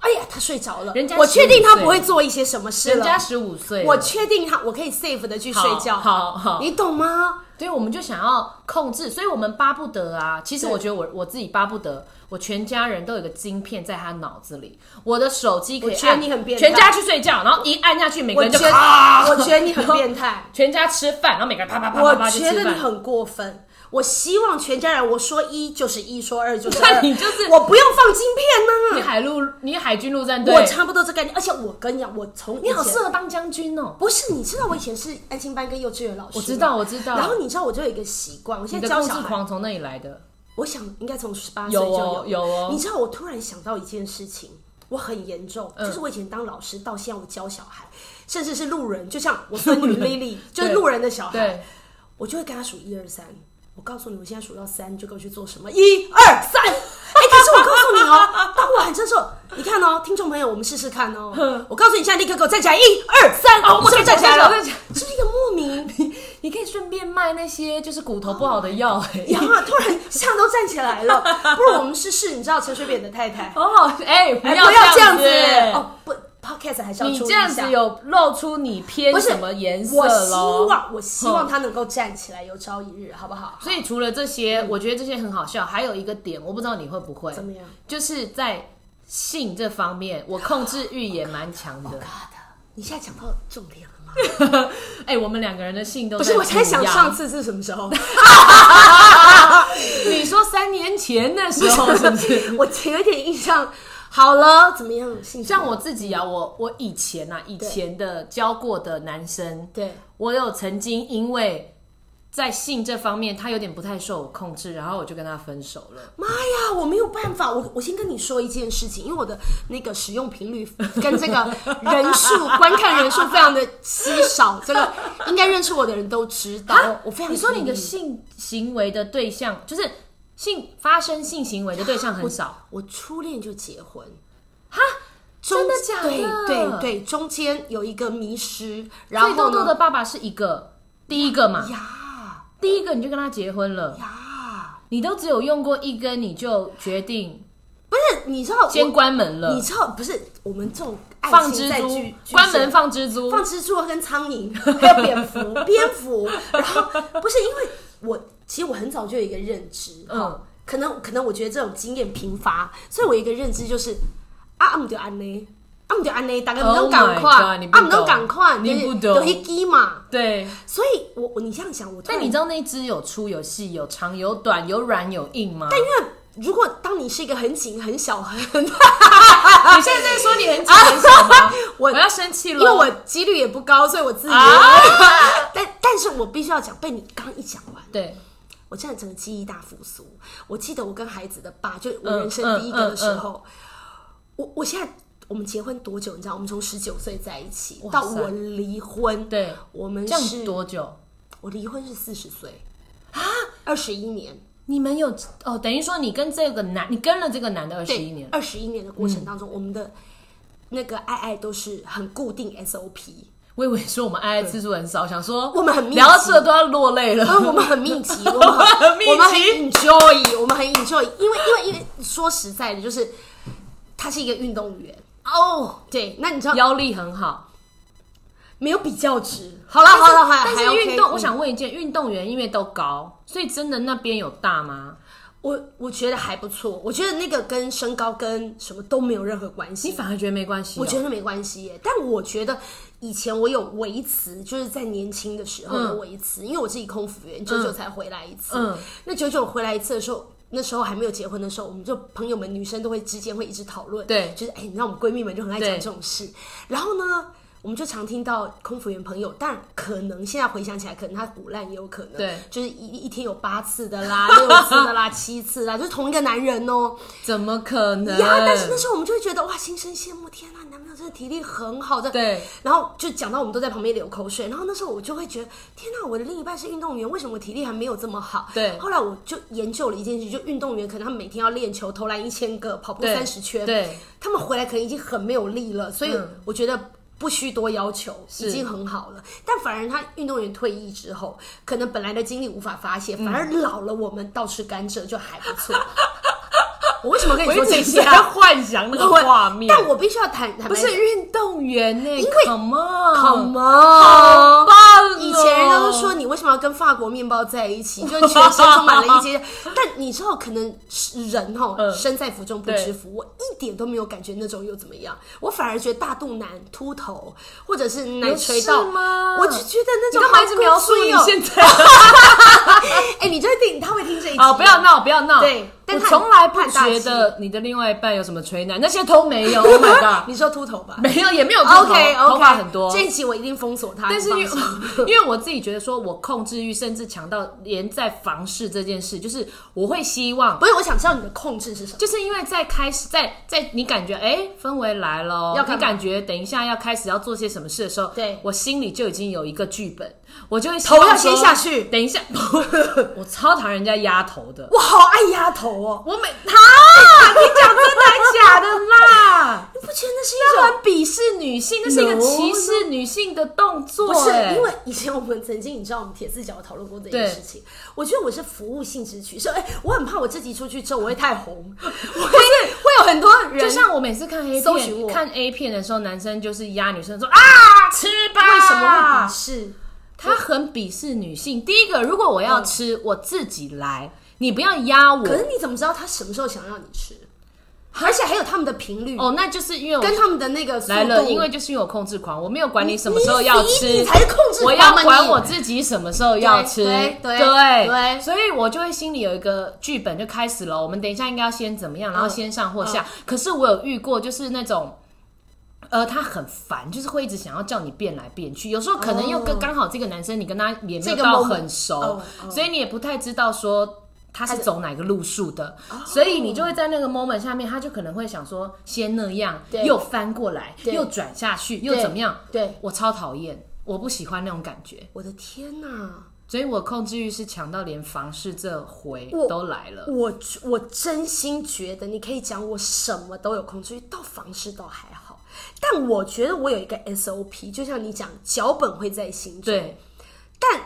Speaker 2: 哎呀，他睡着了，
Speaker 1: 人家
Speaker 2: 我确定
Speaker 1: 15
Speaker 2: 他
Speaker 1: 岁
Speaker 2: 不会做一些什么事
Speaker 1: 人家
Speaker 2: 了，
Speaker 1: 十五岁了，
Speaker 2: 我确定他，我可以 safe 的去睡觉，
Speaker 1: 好好好
Speaker 2: 你懂吗？
Speaker 1: 对，我们就想要控制，所以我们巴不得啊。其实我觉得我我自己巴不得，我全家人都有一个晶片在他脑子里，我的手机可以
Speaker 2: 我觉得
Speaker 1: 按
Speaker 2: 你很变态
Speaker 1: 全家去睡觉，然后一按下去，每个
Speaker 2: 我
Speaker 1: 人就
Speaker 2: 觉得
Speaker 1: 咔，
Speaker 2: *laughs* 我觉得你很变态。
Speaker 1: *laughs* 全家吃饭，然后每个人啪啪啪啪
Speaker 2: 我
Speaker 1: 啪就
Speaker 2: 觉
Speaker 1: 吃
Speaker 2: 得
Speaker 1: 饭
Speaker 2: 你。很过分。我希望全家人，我说一就是一，说二就是二，
Speaker 1: 那你就是
Speaker 2: 我不用放晶片
Speaker 1: 你
Speaker 2: 呢、
Speaker 1: 海陆，你海军陆战队，
Speaker 2: 我差不多这概念。而且我跟你讲，我从
Speaker 1: 你好
Speaker 2: 以前
Speaker 1: 适合当将军哦。
Speaker 2: 不是，你知道我以前是安亲班跟幼稚园老师，
Speaker 1: 我知道，。我知道。
Speaker 2: 然后你知道我就有一个习惯，我现
Speaker 1: 你
Speaker 2: 在
Speaker 1: 的
Speaker 2: 教
Speaker 1: 控
Speaker 2: 小
Speaker 1: 制
Speaker 2: 孩，
Speaker 1: 狂从那里来的？
Speaker 2: 我想应该从十八岁就
Speaker 1: 有哦
Speaker 2: 有
Speaker 1: 有哦
Speaker 2: 你知道我突然想到一件事情，我很严重，
Speaker 1: 嗯
Speaker 2: 就是我以前当老师到现在我教小孩，甚至是路人，就像我
Speaker 1: *laughs*
Speaker 2: 孙女 Lily，就是路人的小孩，
Speaker 1: 对，
Speaker 2: 我就会跟他数一二三。我告诉你，我现在数到三，你就给我去做什么？一二三。哎、可是我告诉你
Speaker 1: *laughs*
Speaker 2: 哦，当我喊声的时候，你看哦，听众朋友，我们试试看哦。我告诉你，现在立刻给我站起来，一二三。
Speaker 1: 哦
Speaker 2: 我
Speaker 1: 我
Speaker 2: 就站起来
Speaker 1: 我
Speaker 2: 了
Speaker 1: 站起来，
Speaker 2: 是不是一个莫名？
Speaker 1: *laughs* 你可以顺便卖那些就是骨头不好的药、欸，
Speaker 2: 然后突然一下都站起来
Speaker 1: *laughs*
Speaker 2: 了。不如我们试试，你知道陈水扁的太太，
Speaker 1: 好好哎、不
Speaker 2: 哎
Speaker 1: 要
Speaker 2: 不要这样子
Speaker 1: 欸
Speaker 2: 哦。不，podcast 还是要
Speaker 1: 你
Speaker 2: 注意
Speaker 1: 这
Speaker 2: 一下
Speaker 1: 样子有露出你偏
Speaker 2: 不是
Speaker 1: 什么颜色
Speaker 2: 我希
Speaker 1: 喽？
Speaker 2: 望，我希望他能够站起来，有朝一日，好不好？
Speaker 1: 所以除了这些，我觉得这些很好笑。还有一个点，我不知道你会不会
Speaker 2: 怎，么样
Speaker 1: 就是在性这方面，我控制欲也蛮强的。
Speaker 2: ？God，你现在讲到重点了吗？
Speaker 1: *laughs* 哎、我们两个人的性都
Speaker 2: 不是，我在想上
Speaker 1: 上，
Speaker 2: 次是什么时
Speaker 1: *laughs*
Speaker 2: 候？
Speaker 1: 你说三年前的时候是不是？
Speaker 2: *laughs* 我有点印象。好了，怎么样？性
Speaker 1: *laughs*
Speaker 2: 向
Speaker 1: 像我自己啊，我我以前啊，以前的教过的男生，
Speaker 2: 对，
Speaker 1: 我有曾经因为在性这方面他有点不太受我控制，然后我就跟他分手了。
Speaker 2: 妈呀，我没有办法。我我先跟你说一件事情，因为我的那个使用频率跟这个
Speaker 1: *laughs*
Speaker 2: 人数、观看人数非常的稀少，这个应该认识我的人都知道。我我非常
Speaker 1: 啊你说你的
Speaker 2: 幸运
Speaker 1: 性行为的对象，就是性发生性行为的对象很少，
Speaker 2: 啊我初恋就结婚，
Speaker 1: 哈，
Speaker 2: 中
Speaker 1: 真的假的
Speaker 2: 对对对，中间有一个迷失，然
Speaker 1: 所以
Speaker 2: 后
Speaker 1: 豆
Speaker 2: 呢
Speaker 1: 豆的爸爸是一个，第一个嘛，
Speaker 2: 呀
Speaker 1: 第一个你就跟他结婚了，
Speaker 2: 呀，
Speaker 1: 你都只有用过一根，你就决定
Speaker 2: 不是你知道我
Speaker 1: 先关门
Speaker 2: 你
Speaker 1: 了，
Speaker 2: 知道不是我们这种爱
Speaker 1: 放
Speaker 2: 情
Speaker 1: 蜘
Speaker 2: 在
Speaker 1: 蛛
Speaker 2: 剧，
Speaker 1: 关门放蜘蛛，
Speaker 2: 放蜘蛛跟苍蝇， *laughs* 还有蝙蝠，蝙蝠。然后不是因为我，其实我很早就有一个认知，
Speaker 1: 嗯
Speaker 2: 嗯，啊可能可能我觉得这种经验贫乏，所以我有一个认知就是啊，我们就安呢，啊，毋就安尼，大家毋
Speaker 1: Oh
Speaker 2: 拢赶
Speaker 1: my
Speaker 2: 快，啊
Speaker 1: God，你，不
Speaker 2: 毋拢
Speaker 1: 懂
Speaker 2: 赶快，
Speaker 1: 你
Speaker 2: 就是
Speaker 1: 不懂
Speaker 2: 有迄支嘛。
Speaker 1: 对。
Speaker 2: 所以我，我你这样想，我突
Speaker 1: 但
Speaker 2: 然
Speaker 1: 你知道那只有粗有细有长有短有软有硬吗？
Speaker 2: 但因为如果当你是一个很紧、很小、
Speaker 1: *laughs*
Speaker 2: 很，
Speaker 1: 啊你现在在说你很紧很小吗？
Speaker 2: 啊 *laughs* 我
Speaker 1: 我要生气
Speaker 2: 因
Speaker 1: 了，
Speaker 2: 为我几率也不高，所以我自己也，
Speaker 1: 啊
Speaker 2: 但但是我必须要讲，被你刚一讲完，
Speaker 1: 对
Speaker 2: 我真的整个记忆大复苏。我记得我跟孩子的爸，就我
Speaker 1: 嗯
Speaker 2: 人生第一个的时
Speaker 1: 嗯嗯嗯
Speaker 2: 候，我我现在我们结婚多久？你知道，我们从十九岁在一起
Speaker 1: 哇
Speaker 2: 到
Speaker 1: 塞
Speaker 2: 我离婚，
Speaker 1: 对，
Speaker 2: 我们
Speaker 1: 这样
Speaker 2: 是
Speaker 1: 多久？
Speaker 2: 我离婚是四十岁啊，二十一年。
Speaker 1: 你们有哦，等于说你跟这个男，你跟了这个男的二十一年，嗯
Speaker 2: 二十一年的过程当中，我们的那个爱爱都是很固定 SOP，
Speaker 1: 我以为说我们爱爱次数很少，想说
Speaker 2: 我们很密集啊
Speaker 1: 聊到这都要落泪了。
Speaker 2: 因为我们很密 *laughs* 集，我们
Speaker 1: 很密集
Speaker 2: 我们很 enjoy，我们很 enjoy，因为因为因为说实在的，就是他是一个运动员哦，对，那你知
Speaker 1: *laughs*
Speaker 2: 道
Speaker 1: 腰力很好，
Speaker 2: 没有比较值，好了好了，还
Speaker 1: 但
Speaker 2: 还
Speaker 1: 是
Speaker 2: OK
Speaker 1: 运动，
Speaker 2: 嗯
Speaker 1: 我想问一件，运动员因为都高，所以真的那边有大吗？
Speaker 2: 我我觉得还不错，我觉得那个跟身高跟什么都没有任何关系，
Speaker 1: 你反而觉得没关系哦、
Speaker 2: 我觉得没关系耶，但我觉得以前我有维持，就是在年轻的时候有维持，因为我自己空服员，九九才回来一次。
Speaker 1: 嗯
Speaker 2: 那九九回来一次的时候，那时候还没有结婚的时候，我们就朋友们女生都会之间会一直讨论，
Speaker 1: 对
Speaker 2: 就是哎、你知道我们闺蜜们就很爱讲
Speaker 1: 对
Speaker 2: 这种事。然后呢，我们就常听到空服员朋友，但可能现在回想起来，可能他腐烂也有可能，
Speaker 1: 对
Speaker 2: 就是一一天有八次的啦，六次的啦，七次啦，就是同一个男人哦、
Speaker 1: 怎么可能？
Speaker 2: 呀！但是那时候我们就会觉得哇，心生羡慕，天啊，你男朋友真的体力很好的。
Speaker 1: 对。
Speaker 2: 然后就讲到我们都在旁边流口水，然后那时候我就会觉得，天哪、我的另一半是运动员，为什么我体力还没有这么好？
Speaker 1: 对
Speaker 2: 后来我就研究了一件事，就运动员可能他们每天要练球，投篮一千个，跑步
Speaker 1: 对
Speaker 2: 三十圈，
Speaker 1: 对，
Speaker 2: 他们回来可能已经很没有力了，所以
Speaker 1: 嗯
Speaker 2: 我觉得。不需多要求，已经很好了。但反而他运动员退役之后，可能本来的精力无法发
Speaker 1: 嗯
Speaker 2: 泄，反而老了，我们倒吃甘蔗就还不
Speaker 1: *laughs*
Speaker 2: 错。我为什么跟你
Speaker 1: 我一
Speaker 2: 说这
Speaker 1: 直
Speaker 2: 些
Speaker 1: 在
Speaker 2: 啊？
Speaker 1: 幻想那个画面，
Speaker 2: 但我必须要谈，
Speaker 1: 不
Speaker 2: 不
Speaker 1: 是运动员呢、
Speaker 2: 为
Speaker 1: come on，
Speaker 2: 好
Speaker 1: 好
Speaker 2: 吗？
Speaker 1: 棒哦、
Speaker 2: 以前人家都说你为什么要跟法国面包在一
Speaker 1: *laughs*
Speaker 2: 起，就是全身充满了一些。但你知道，可能是人哈、
Speaker 1: 嗯
Speaker 2: 身在福中不
Speaker 1: 对
Speaker 2: 知福，我一点都没有感觉那种又怎么样，我反而觉得大肚腩、秃头或者是奶垂到
Speaker 1: 有事吗，
Speaker 2: 我就觉得那
Speaker 1: 你
Speaker 2: 种
Speaker 1: 干嘛一直描述你
Speaker 2: 好贵气哦
Speaker 1: 现在？
Speaker 2: *laughs* 哎，你就会定他会听这一
Speaker 1: *laughs*
Speaker 2: 集
Speaker 1: 好，哦不要闹，不要闹。
Speaker 2: 对但
Speaker 1: 我
Speaker 2: 他
Speaker 1: 从来不
Speaker 2: 他很
Speaker 1: 觉
Speaker 2: 大
Speaker 1: 得你的另外一半有什么吹奶，那些都没有。Oh
Speaker 2: *laughs*
Speaker 1: my god，
Speaker 2: 你说秃头吧
Speaker 1: 没有，也没有秃头
Speaker 2: OK，
Speaker 1: 头发很多。
Speaker 2: 这一集我一定封锁他，
Speaker 1: 但是因
Speaker 2: 你
Speaker 1: 为
Speaker 2: 放
Speaker 1: *laughs* 因
Speaker 2: 心
Speaker 1: 为我自己觉得，说我控制欲甚至强到连在房事这件事，就是我会希望，
Speaker 2: 不是我想知道你的控制是什么。
Speaker 1: 就是因为在开始，在在你感觉哎、氛围来了，
Speaker 2: 要干嘛
Speaker 1: 你感觉等一下要开始要做些什么事的时候，
Speaker 2: 对
Speaker 1: 我心里就已经有一个剧本，我就会
Speaker 2: 头要
Speaker 1: 希望
Speaker 2: 先
Speaker 1: 说
Speaker 2: 下去
Speaker 1: 等一下， *laughs* 我超讨厌人家压头的，
Speaker 2: 我好爱压头哦，
Speaker 1: 我每啊，你讲真的还假的啦？
Speaker 2: 你不觉得那是一
Speaker 1: 这
Speaker 2: 种
Speaker 1: 很鄙视女性，那是一个
Speaker 2: No，
Speaker 1: 歧视女性的动作、
Speaker 2: 不是
Speaker 1: 哎，
Speaker 2: 因为以前我们曾经，你知道，我们铁四角讨论过这件事情。我觉得我是服务性质取胜，哎、我很怕我自己出去之后我会太红，
Speaker 1: *laughs*
Speaker 2: 我会会有很多人
Speaker 1: 就像我每次看 A
Speaker 2: 搜寻
Speaker 1: 片，
Speaker 2: 我
Speaker 1: 看 A 片的时候，男生就是压女生说啊吃吧，
Speaker 2: 为什么
Speaker 1: 啊
Speaker 2: 会鄙？视？
Speaker 1: 他很鄙视女性。第一个，如果我要吃，我自己来，你不要压我。
Speaker 2: 可是你怎么知道他什么时候想要你吃？而且还有他们的频率、
Speaker 1: 哦，那就是因为我
Speaker 2: 跟他们的那个速度
Speaker 1: 来了，因为就是因为我控制狂，我没有管你什么时候要吃，
Speaker 2: 你你你才是控制狂
Speaker 1: 我要
Speaker 2: 嘛你
Speaker 1: 管我自己什么时候要吃，
Speaker 2: 对对
Speaker 1: 对
Speaker 2: 对对
Speaker 1: 所以我就会心里有一个剧本就开始了。我们等一下应该要先怎么样，然后
Speaker 2: 嗯
Speaker 1: 先上或下。可是我有遇过，就是那种。呃，他很烦，就是会一直想要叫你变来变去。有时候可能又跟
Speaker 2: 哦
Speaker 1: 刚好这个男生，你跟他也没
Speaker 2: 这
Speaker 1: 有
Speaker 2: 个
Speaker 1: 到
Speaker 2: moment，
Speaker 1: 很熟，
Speaker 2: 哦哦
Speaker 1: 所以你也不太知道说他是走哪个路数的，
Speaker 2: 嗯
Speaker 1: 所以你就会在那个 moment 下面，他就可能会想说先那样，
Speaker 2: 对
Speaker 1: 又翻过来，
Speaker 2: 对
Speaker 1: 又转下去，又怎么样？
Speaker 2: 对，
Speaker 1: 我超讨厌，我不喜欢那种感觉，
Speaker 2: 我的天哪、
Speaker 1: 所以我控制欲是强到连房事这回
Speaker 2: 我
Speaker 1: 都来了。
Speaker 2: 我我真心觉得你可以讲我什么都有控制欲，到房事倒还好，但我觉得我有一个 SOP，就像你讲，脚本会在心中，
Speaker 1: 对，
Speaker 2: 但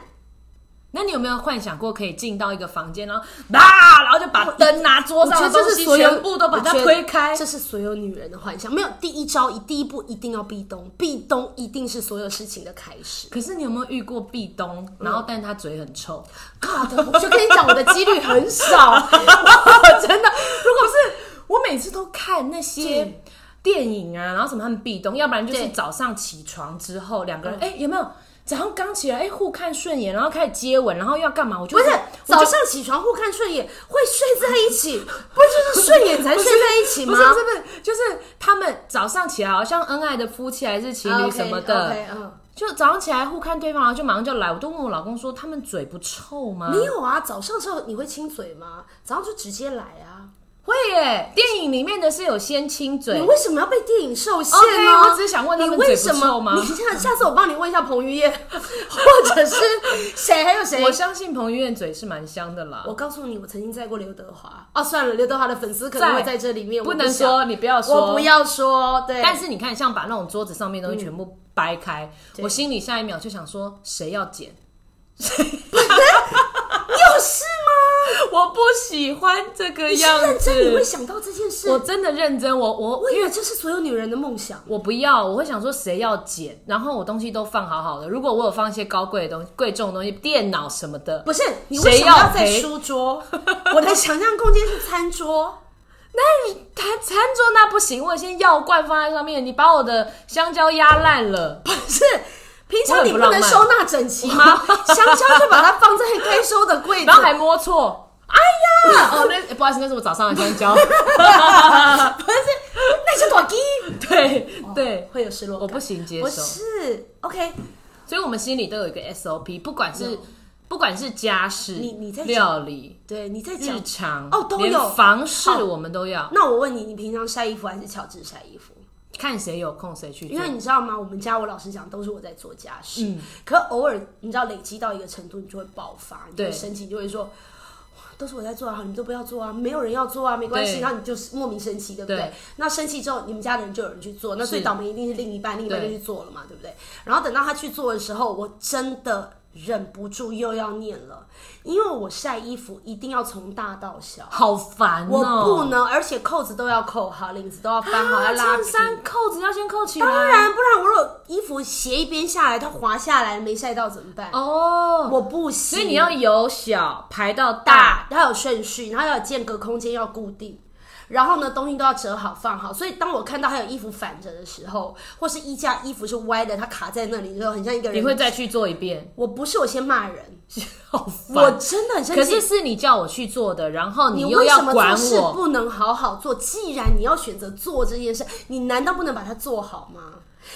Speaker 1: 那你有没有幻想过可以进到一个房间，然后啊，然后就把灯啊、桌
Speaker 2: 我
Speaker 1: 上
Speaker 2: 觉
Speaker 1: 的
Speaker 2: 得这
Speaker 1: 东
Speaker 2: 是
Speaker 1: 西
Speaker 2: 所有
Speaker 1: 全部都把它
Speaker 2: 我觉得
Speaker 1: 推开？
Speaker 2: 这是所有女人的幻想。没有第一招，一第一步一定要壁咚，壁咚一定是所有事情的开始。
Speaker 1: 可是你有没有遇过壁咚，然后但他嘴很臭？
Speaker 2: God，我就跟你讲，我的几率很
Speaker 1: *laughs*
Speaker 2: 少，我真的。
Speaker 1: 如果是我每次都看那些
Speaker 2: 对
Speaker 1: 电影啊，然后什么他们壁咚，要不然就是
Speaker 3: 对
Speaker 1: 早上起床之后两个
Speaker 2: 嗯
Speaker 1: 人，哎、有没有早上刚起来，哎、互看顺眼，然后开始接吻，然后要干嘛？我就
Speaker 2: 不是
Speaker 1: 我就
Speaker 2: 早上起床互看顺眼，会睡在一起，不就是顺眼才睡在一起
Speaker 1: 不
Speaker 2: 吗
Speaker 1: 是？不是，就是他们早上起来好像恩爱的夫妻还是情
Speaker 2: 啊
Speaker 1: 侣什么的
Speaker 2: o k 嗯，
Speaker 1: 就早上起来互看对方，然后就马上就来。我都问我老公说，他们嘴不臭吗？
Speaker 2: 没有啊，早上的时候你会亲嘴吗？早上就直接来啊！
Speaker 1: 会耶，电影里面的是有先亲
Speaker 2: 你
Speaker 1: 嘴。
Speaker 2: 为什么要被电影受限
Speaker 1: OK，
Speaker 2: 呢
Speaker 1: 我只是想问他
Speaker 2: 你
Speaker 1: 们
Speaker 2: 为
Speaker 1: 嘴不臭
Speaker 2: 什么？
Speaker 1: 吗
Speaker 2: 你？下下次我帮你问一下彭于晏， *laughs* 或者是谁还有谁？
Speaker 1: 我相信彭于晏嘴是蛮香的啦
Speaker 2: 我。告诉你，我曾经载过刘德华。哦，算了，刘德华的粉丝可能会在这里面，我
Speaker 1: 不能
Speaker 2: 想
Speaker 1: 说，，你不要说，
Speaker 2: 我不。要说。对，
Speaker 1: 但是你看，像把那种桌子上面的东西全部掰
Speaker 2: 嗯
Speaker 1: 开，我心里下一秒就想说，谁要
Speaker 2: *laughs*
Speaker 1: 捡？
Speaker 2: 又是吗？
Speaker 1: *laughs* 我不喜欢这个
Speaker 2: 你是
Speaker 1: 样
Speaker 2: 认真，你会
Speaker 1: 子。
Speaker 2: 想到这件事？
Speaker 1: 我真的认真，我我
Speaker 2: 我以为这是所有女人的梦想。
Speaker 1: 我不要，我会想说谁要捡，然后我东西都放好好的。如果我有放一些高贵的东西、贵重的东西，电脑什么的，
Speaker 2: 不是，你为什
Speaker 1: 谁
Speaker 2: 么
Speaker 1: 要
Speaker 2: 在
Speaker 1: 陪
Speaker 2: 书桌？我的想象空间是餐桌。
Speaker 1: 他餐桌那不行，我有些药罐放在上面，你把我的香蕉压烂了，
Speaker 2: 不是，平常你不
Speaker 1: 我很不
Speaker 2: 能
Speaker 1: 浪漫
Speaker 2: 收纳整齐吗？香蕉就把它放在该收的柜子。
Speaker 1: 然后还摸错。哎呀，哦，那、欸不好意思，那是我早上的香蕉。
Speaker 2: 不是，那是狗鸡，
Speaker 1: *laughs* 对
Speaker 2: 哦
Speaker 1: 对，
Speaker 2: 会有失落
Speaker 1: 我
Speaker 2: 感。
Speaker 1: 不行接
Speaker 2: 我
Speaker 1: 受，
Speaker 2: 是 OK，
Speaker 1: 所以我们心里都有一个 SOP，不管是不管是家事、
Speaker 2: 你你在讲
Speaker 1: 料理、
Speaker 2: 对你在讲
Speaker 1: 日。常
Speaker 2: 哦都有
Speaker 1: 连房事
Speaker 2: 哦
Speaker 1: 我们都要
Speaker 2: 那我问你，你平常晒衣服还是乔治晒衣服？
Speaker 1: 看谁有空谁去做，
Speaker 2: 因为你知道吗？我们家我老实讲都是我在做家事，
Speaker 1: 嗯
Speaker 2: 可偶尔你知道累积到一个程度，你就会爆发，你就会
Speaker 1: 对
Speaker 2: 生气，你就会说。哇都是我在做啊，你们都不要做啊，没有人要做啊，没关系，
Speaker 1: 对
Speaker 2: 然后你就是莫名生气，对不对？
Speaker 1: 对
Speaker 2: 那生气之后，你们家的人就有人去做，那最倒霉一定是另一半，另一半就
Speaker 1: 对
Speaker 2: 去做了嘛，对不对？然后等到他去做的时候，我真的忍不住又要念了，因为我晒衣服一定要从大到小，
Speaker 1: 好烦哦、
Speaker 2: 我不能，而且扣子都要扣好，领子都要翻好，要
Speaker 1: 衬
Speaker 2: 拉平。
Speaker 1: 衫扣子要先扣起来。
Speaker 2: 当然，不然我如果衣服斜一边下来，它滑下来没晒到怎么办？
Speaker 1: 哦，
Speaker 2: 我不
Speaker 1: 所
Speaker 2: 行。
Speaker 1: 以你要由小排到大
Speaker 2: 大，，它有顺序，然后要有间隔空间要固定，然后呢东西都要折好放好。所以当我看到还有衣服反着的时候，或是衣架衣服是歪的，它卡在那里之后，很像一个人。
Speaker 1: 你会再去做一遍， *laughs*
Speaker 2: 我不是我先骂人，
Speaker 1: 好烦。
Speaker 2: 我真的很生气。
Speaker 1: 可是是你叫我去做的，然后
Speaker 2: 你
Speaker 1: 又
Speaker 2: 为什
Speaker 1: 要
Speaker 2: 么
Speaker 1: 管
Speaker 2: 做事
Speaker 1: 我，
Speaker 2: 不能好好做？既然你要选择做这件事，你难道不能把它做好吗？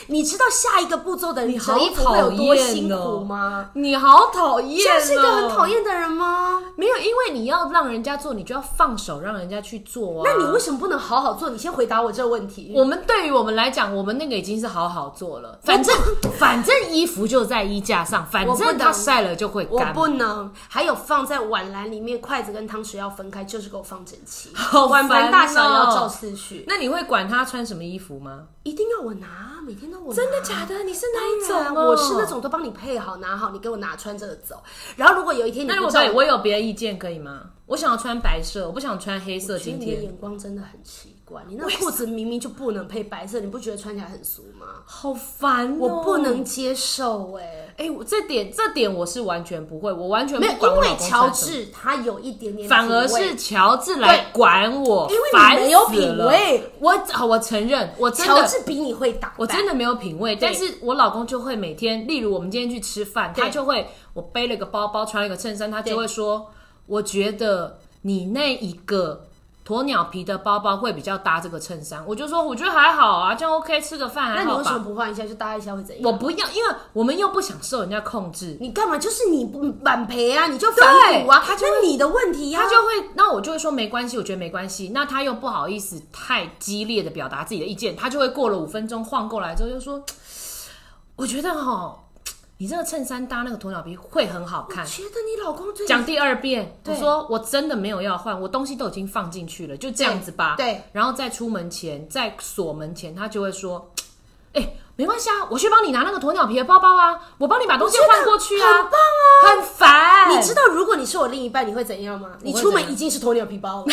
Speaker 2: 你知道下一个步骤的
Speaker 1: 你
Speaker 2: 人
Speaker 1: 好
Speaker 2: 折衣服会有多
Speaker 1: 讨厌
Speaker 2: 辛苦
Speaker 1: 哦
Speaker 2: 吗？
Speaker 1: 你好讨厌、哦
Speaker 2: 这是一个很讨。厌的人吗？
Speaker 1: 没有，因为你要让人家做，你就要放手让人家去做啊。
Speaker 2: 那你为什么不能好好做？你先回答我这个问题。
Speaker 1: 我们对于我们来讲，我们那个已经是好好做了，反正反正衣服就在衣架上，反
Speaker 2: 我不
Speaker 1: 正
Speaker 2: 懂
Speaker 1: 它晒了就会
Speaker 2: 我
Speaker 1: 干。
Speaker 2: 不能，还有放在碗篮里面，筷子跟汤匙要分开，就是给我放整齐，
Speaker 1: *laughs* 好
Speaker 2: 碗
Speaker 1: 烦
Speaker 2: 盘大小
Speaker 1: 哦
Speaker 2: 要照次序，
Speaker 1: 那你会管他穿什么衣服吗？
Speaker 2: 一定要我拿，每天都我拿
Speaker 1: 真的假的？你是哪一种、啊哦
Speaker 2: 当然我是那。种都帮你配好拿好，你给我拿穿这个走。然后如果有一天你
Speaker 1: 那如
Speaker 2: 不
Speaker 1: 果
Speaker 2: 照
Speaker 1: 对我有别的意见可以吗？我想要穿白色，我不想穿黑色。
Speaker 2: 觉得
Speaker 1: 今
Speaker 2: 你的
Speaker 1: 天
Speaker 2: 眼光真的很奇怪，你那裤子明明就不能配白色，你不觉得穿起来很俗吗？
Speaker 1: 好烦、哦，
Speaker 2: 我不能。接受哎、
Speaker 1: 哎、我这点这点我是完全不会，我完全
Speaker 2: 没
Speaker 1: 不
Speaker 2: 有，
Speaker 1: 管
Speaker 2: 因
Speaker 1: 我老
Speaker 2: 为
Speaker 1: 公
Speaker 2: 乔
Speaker 1: 穿什么，
Speaker 2: 治他有一点点品味，
Speaker 1: 反而是乔治来
Speaker 2: 对
Speaker 1: 管我，
Speaker 2: 因为你
Speaker 1: 烦
Speaker 2: 没有
Speaker 1: 死
Speaker 2: 品
Speaker 1: 了
Speaker 2: 味。
Speaker 1: 我好，我承认，我真
Speaker 2: 乔
Speaker 1: 的
Speaker 2: 治比你会打扮，
Speaker 1: 我真
Speaker 2: 的
Speaker 1: 的没有品味，但是我老公就会每天，例如我们今天去吃饭，
Speaker 2: 对
Speaker 1: 他就会我背了个包包，穿了个衬衫，他就会说，我觉得你那一个鸵鸟皮的包包会比较搭这个衬衫。我就说我觉得还好啊，这样 OK，吃个饭
Speaker 2: 那
Speaker 1: 还
Speaker 2: 你
Speaker 1: 好
Speaker 2: 为什么
Speaker 1: 吧。
Speaker 2: 不换一下，就搭一下会怎样？
Speaker 1: 我不要，因为我们又不想受人家控制，
Speaker 2: 你干嘛？就是你不反赔啊，你就反骨啊，他就你的问题呀、
Speaker 1: 他就会，那我就会说没关系，我觉得没关系。那他又不好意思太激烈的表达自己的意见，他就会过了五分钟晃过来之后就说：“我觉得哈，你这个衬衫搭那个鸵鸟皮会很好看。
Speaker 2: 觉得你老公最”
Speaker 1: 讲第二遍，我
Speaker 2: 对
Speaker 1: 说我真的没有要换，我东西都已经放进去了，就这样子吧。
Speaker 2: 对对
Speaker 1: 然后在出门前，在锁门前，他就会说：“哎、没关系啊，我去帮你拿那个鸵鸟皮的包包啊，我帮你把东西换过去
Speaker 2: 很
Speaker 1: 啊
Speaker 2: 棒，啊！
Speaker 1: 很烦。”
Speaker 2: 你知道，如果你是我另一半，你会怎样吗？你
Speaker 1: 会
Speaker 2: 出
Speaker 1: 怎
Speaker 2: 门
Speaker 1: 样
Speaker 2: 一定是
Speaker 1: *laughs*
Speaker 2: 鸵鸟皮包了。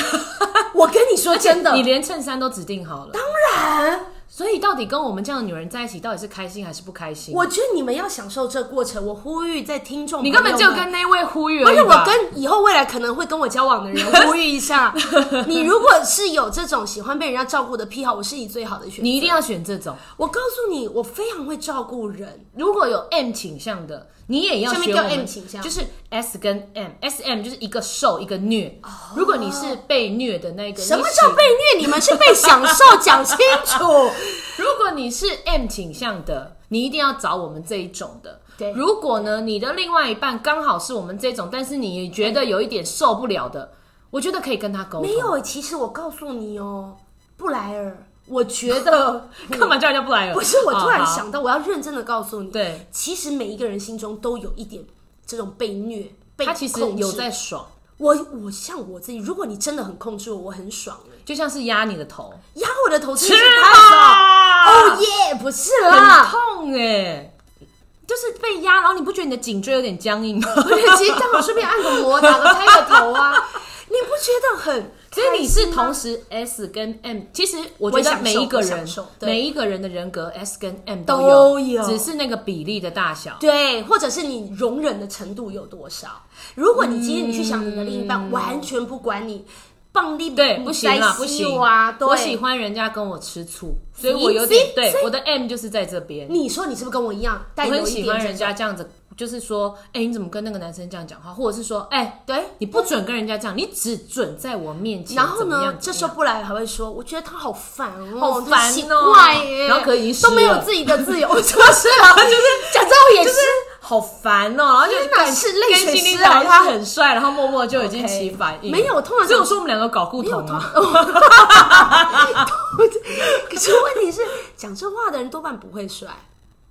Speaker 2: 我跟你说真的，
Speaker 1: 你连衬衫都指定好了。
Speaker 2: 当然，
Speaker 1: 所以以到底跟我们这样的女人在一起，到底是开心还是不开心？
Speaker 2: 我觉得你们要享受这过程。我呼吁在听众朋
Speaker 1: 你
Speaker 2: 友
Speaker 1: 根
Speaker 2: 们，
Speaker 1: 本就跟那位呼吁而已
Speaker 2: 不
Speaker 1: 吧，
Speaker 2: 是我跟以后未来可能会跟我交往的人呼吁
Speaker 1: *laughs*
Speaker 2: 一下， *laughs* 你如果是有这种喜欢被人家照顾的癖好，我是你最好的选择。
Speaker 1: 你一定要选这种。
Speaker 2: 我告诉你，我非常会照顾人。
Speaker 1: 如果有 M 倾向的，你也要
Speaker 2: 下面
Speaker 1: 学
Speaker 2: 叫
Speaker 1: 我们
Speaker 2: M 倾向
Speaker 1: 就是 S 跟 M，S M 就是一个受一个虐。如果你是被虐的那个，
Speaker 2: 哦什么
Speaker 1: 你
Speaker 2: 叫
Speaker 1: 喜
Speaker 2: 被虐？你们是被享受，讲清楚。
Speaker 1: 如果你是 M 倾向的，你一定要找我们这一种的。
Speaker 2: 对
Speaker 1: 如果呢，你的另外一半刚好是我们这种，但是你觉得有一点受不了的，我觉得可以跟他沟通。
Speaker 2: *laughs* 没，有，其实我告诉你哦，布莱尔，我觉得
Speaker 1: *laughs* 干嘛叫人家不来了？
Speaker 2: 不是，我突然
Speaker 1: 哦，好
Speaker 2: 想到，我要认真的告诉你，
Speaker 1: 对，
Speaker 2: 其实每一个人心中都有一点这种被虐。被
Speaker 1: 他其实
Speaker 2: 控制
Speaker 1: 有在爽，
Speaker 2: 我我像我自己，如果你真的很控制我，我很爽哎、
Speaker 1: 就像是压你的头，
Speaker 2: 压我的头真
Speaker 1: 吃
Speaker 2: 的是太爽，
Speaker 1: 啦
Speaker 2: 哦，耶，不是
Speaker 1: 很
Speaker 2: *laughs* 啦，
Speaker 1: 痛哎。就是被压，然后你不觉得你的颈椎有点僵硬吗？
Speaker 2: 不是，
Speaker 1: *laughs*
Speaker 2: 其实刚好顺便按个摩，打个拍个头 *laughs* 啊，你不觉得很？
Speaker 1: 所以你是同
Speaker 2: *laughs*
Speaker 1: 时 S 跟 M，其实我觉
Speaker 2: 我享
Speaker 1: 得
Speaker 2: 受
Speaker 1: 每一个
Speaker 2: 我
Speaker 1: 人
Speaker 2: 享受对
Speaker 1: 每一个人的人格 S 跟 M
Speaker 2: 都
Speaker 1: 有，
Speaker 2: 有
Speaker 1: 只是那个比例的大小。
Speaker 2: 对，或者是你容忍的程度有多少？如果你今天你去想你的另一半，完全不管你，棒力
Speaker 1: 嗯对，不行啦，不行
Speaker 2: 啊！对
Speaker 1: 我喜欢人家跟我吃醋，所以我有
Speaker 2: See?
Speaker 1: 点对
Speaker 2: See?
Speaker 1: 我的 M 就是在这边。
Speaker 2: 你说你是不是跟我一样？
Speaker 1: 我
Speaker 2: 带有
Speaker 1: 很
Speaker 2: 一
Speaker 1: 喜
Speaker 2: 点
Speaker 1: 欢
Speaker 2: 这
Speaker 1: 人家这样子，就是说，哎，你怎么跟那个男生这样讲话？或者是说，哎，
Speaker 2: 对。
Speaker 1: 你不准跟人家这样，你只准在我面前。
Speaker 2: 然后
Speaker 1: 怎么
Speaker 2: 呢
Speaker 1: 样？
Speaker 2: 这时候布莱尔还会说：“我觉得他好烦哦，
Speaker 1: 好烦哦
Speaker 2: 奇怪耶，
Speaker 1: 然后可能哦已经湿
Speaker 2: 都没有
Speaker 1: 了
Speaker 2: 自己的自由。”我说是 *laughs*
Speaker 1: *laughs*
Speaker 2: 啊，就是讲真，我也
Speaker 1: 就是
Speaker 2: 是。
Speaker 1: 好烦哦，然后就
Speaker 2: 天哪
Speaker 1: 干
Speaker 2: 是泪水
Speaker 1: 跟心灵
Speaker 2: 湿还
Speaker 1: 导
Speaker 2: 是
Speaker 1: 他很帅，然后默默就已经起反应。
Speaker 2: 没有通常
Speaker 1: 只有说我们两个搞不同啊。
Speaker 2: 可是问题是，讲这话的人多半不会帅。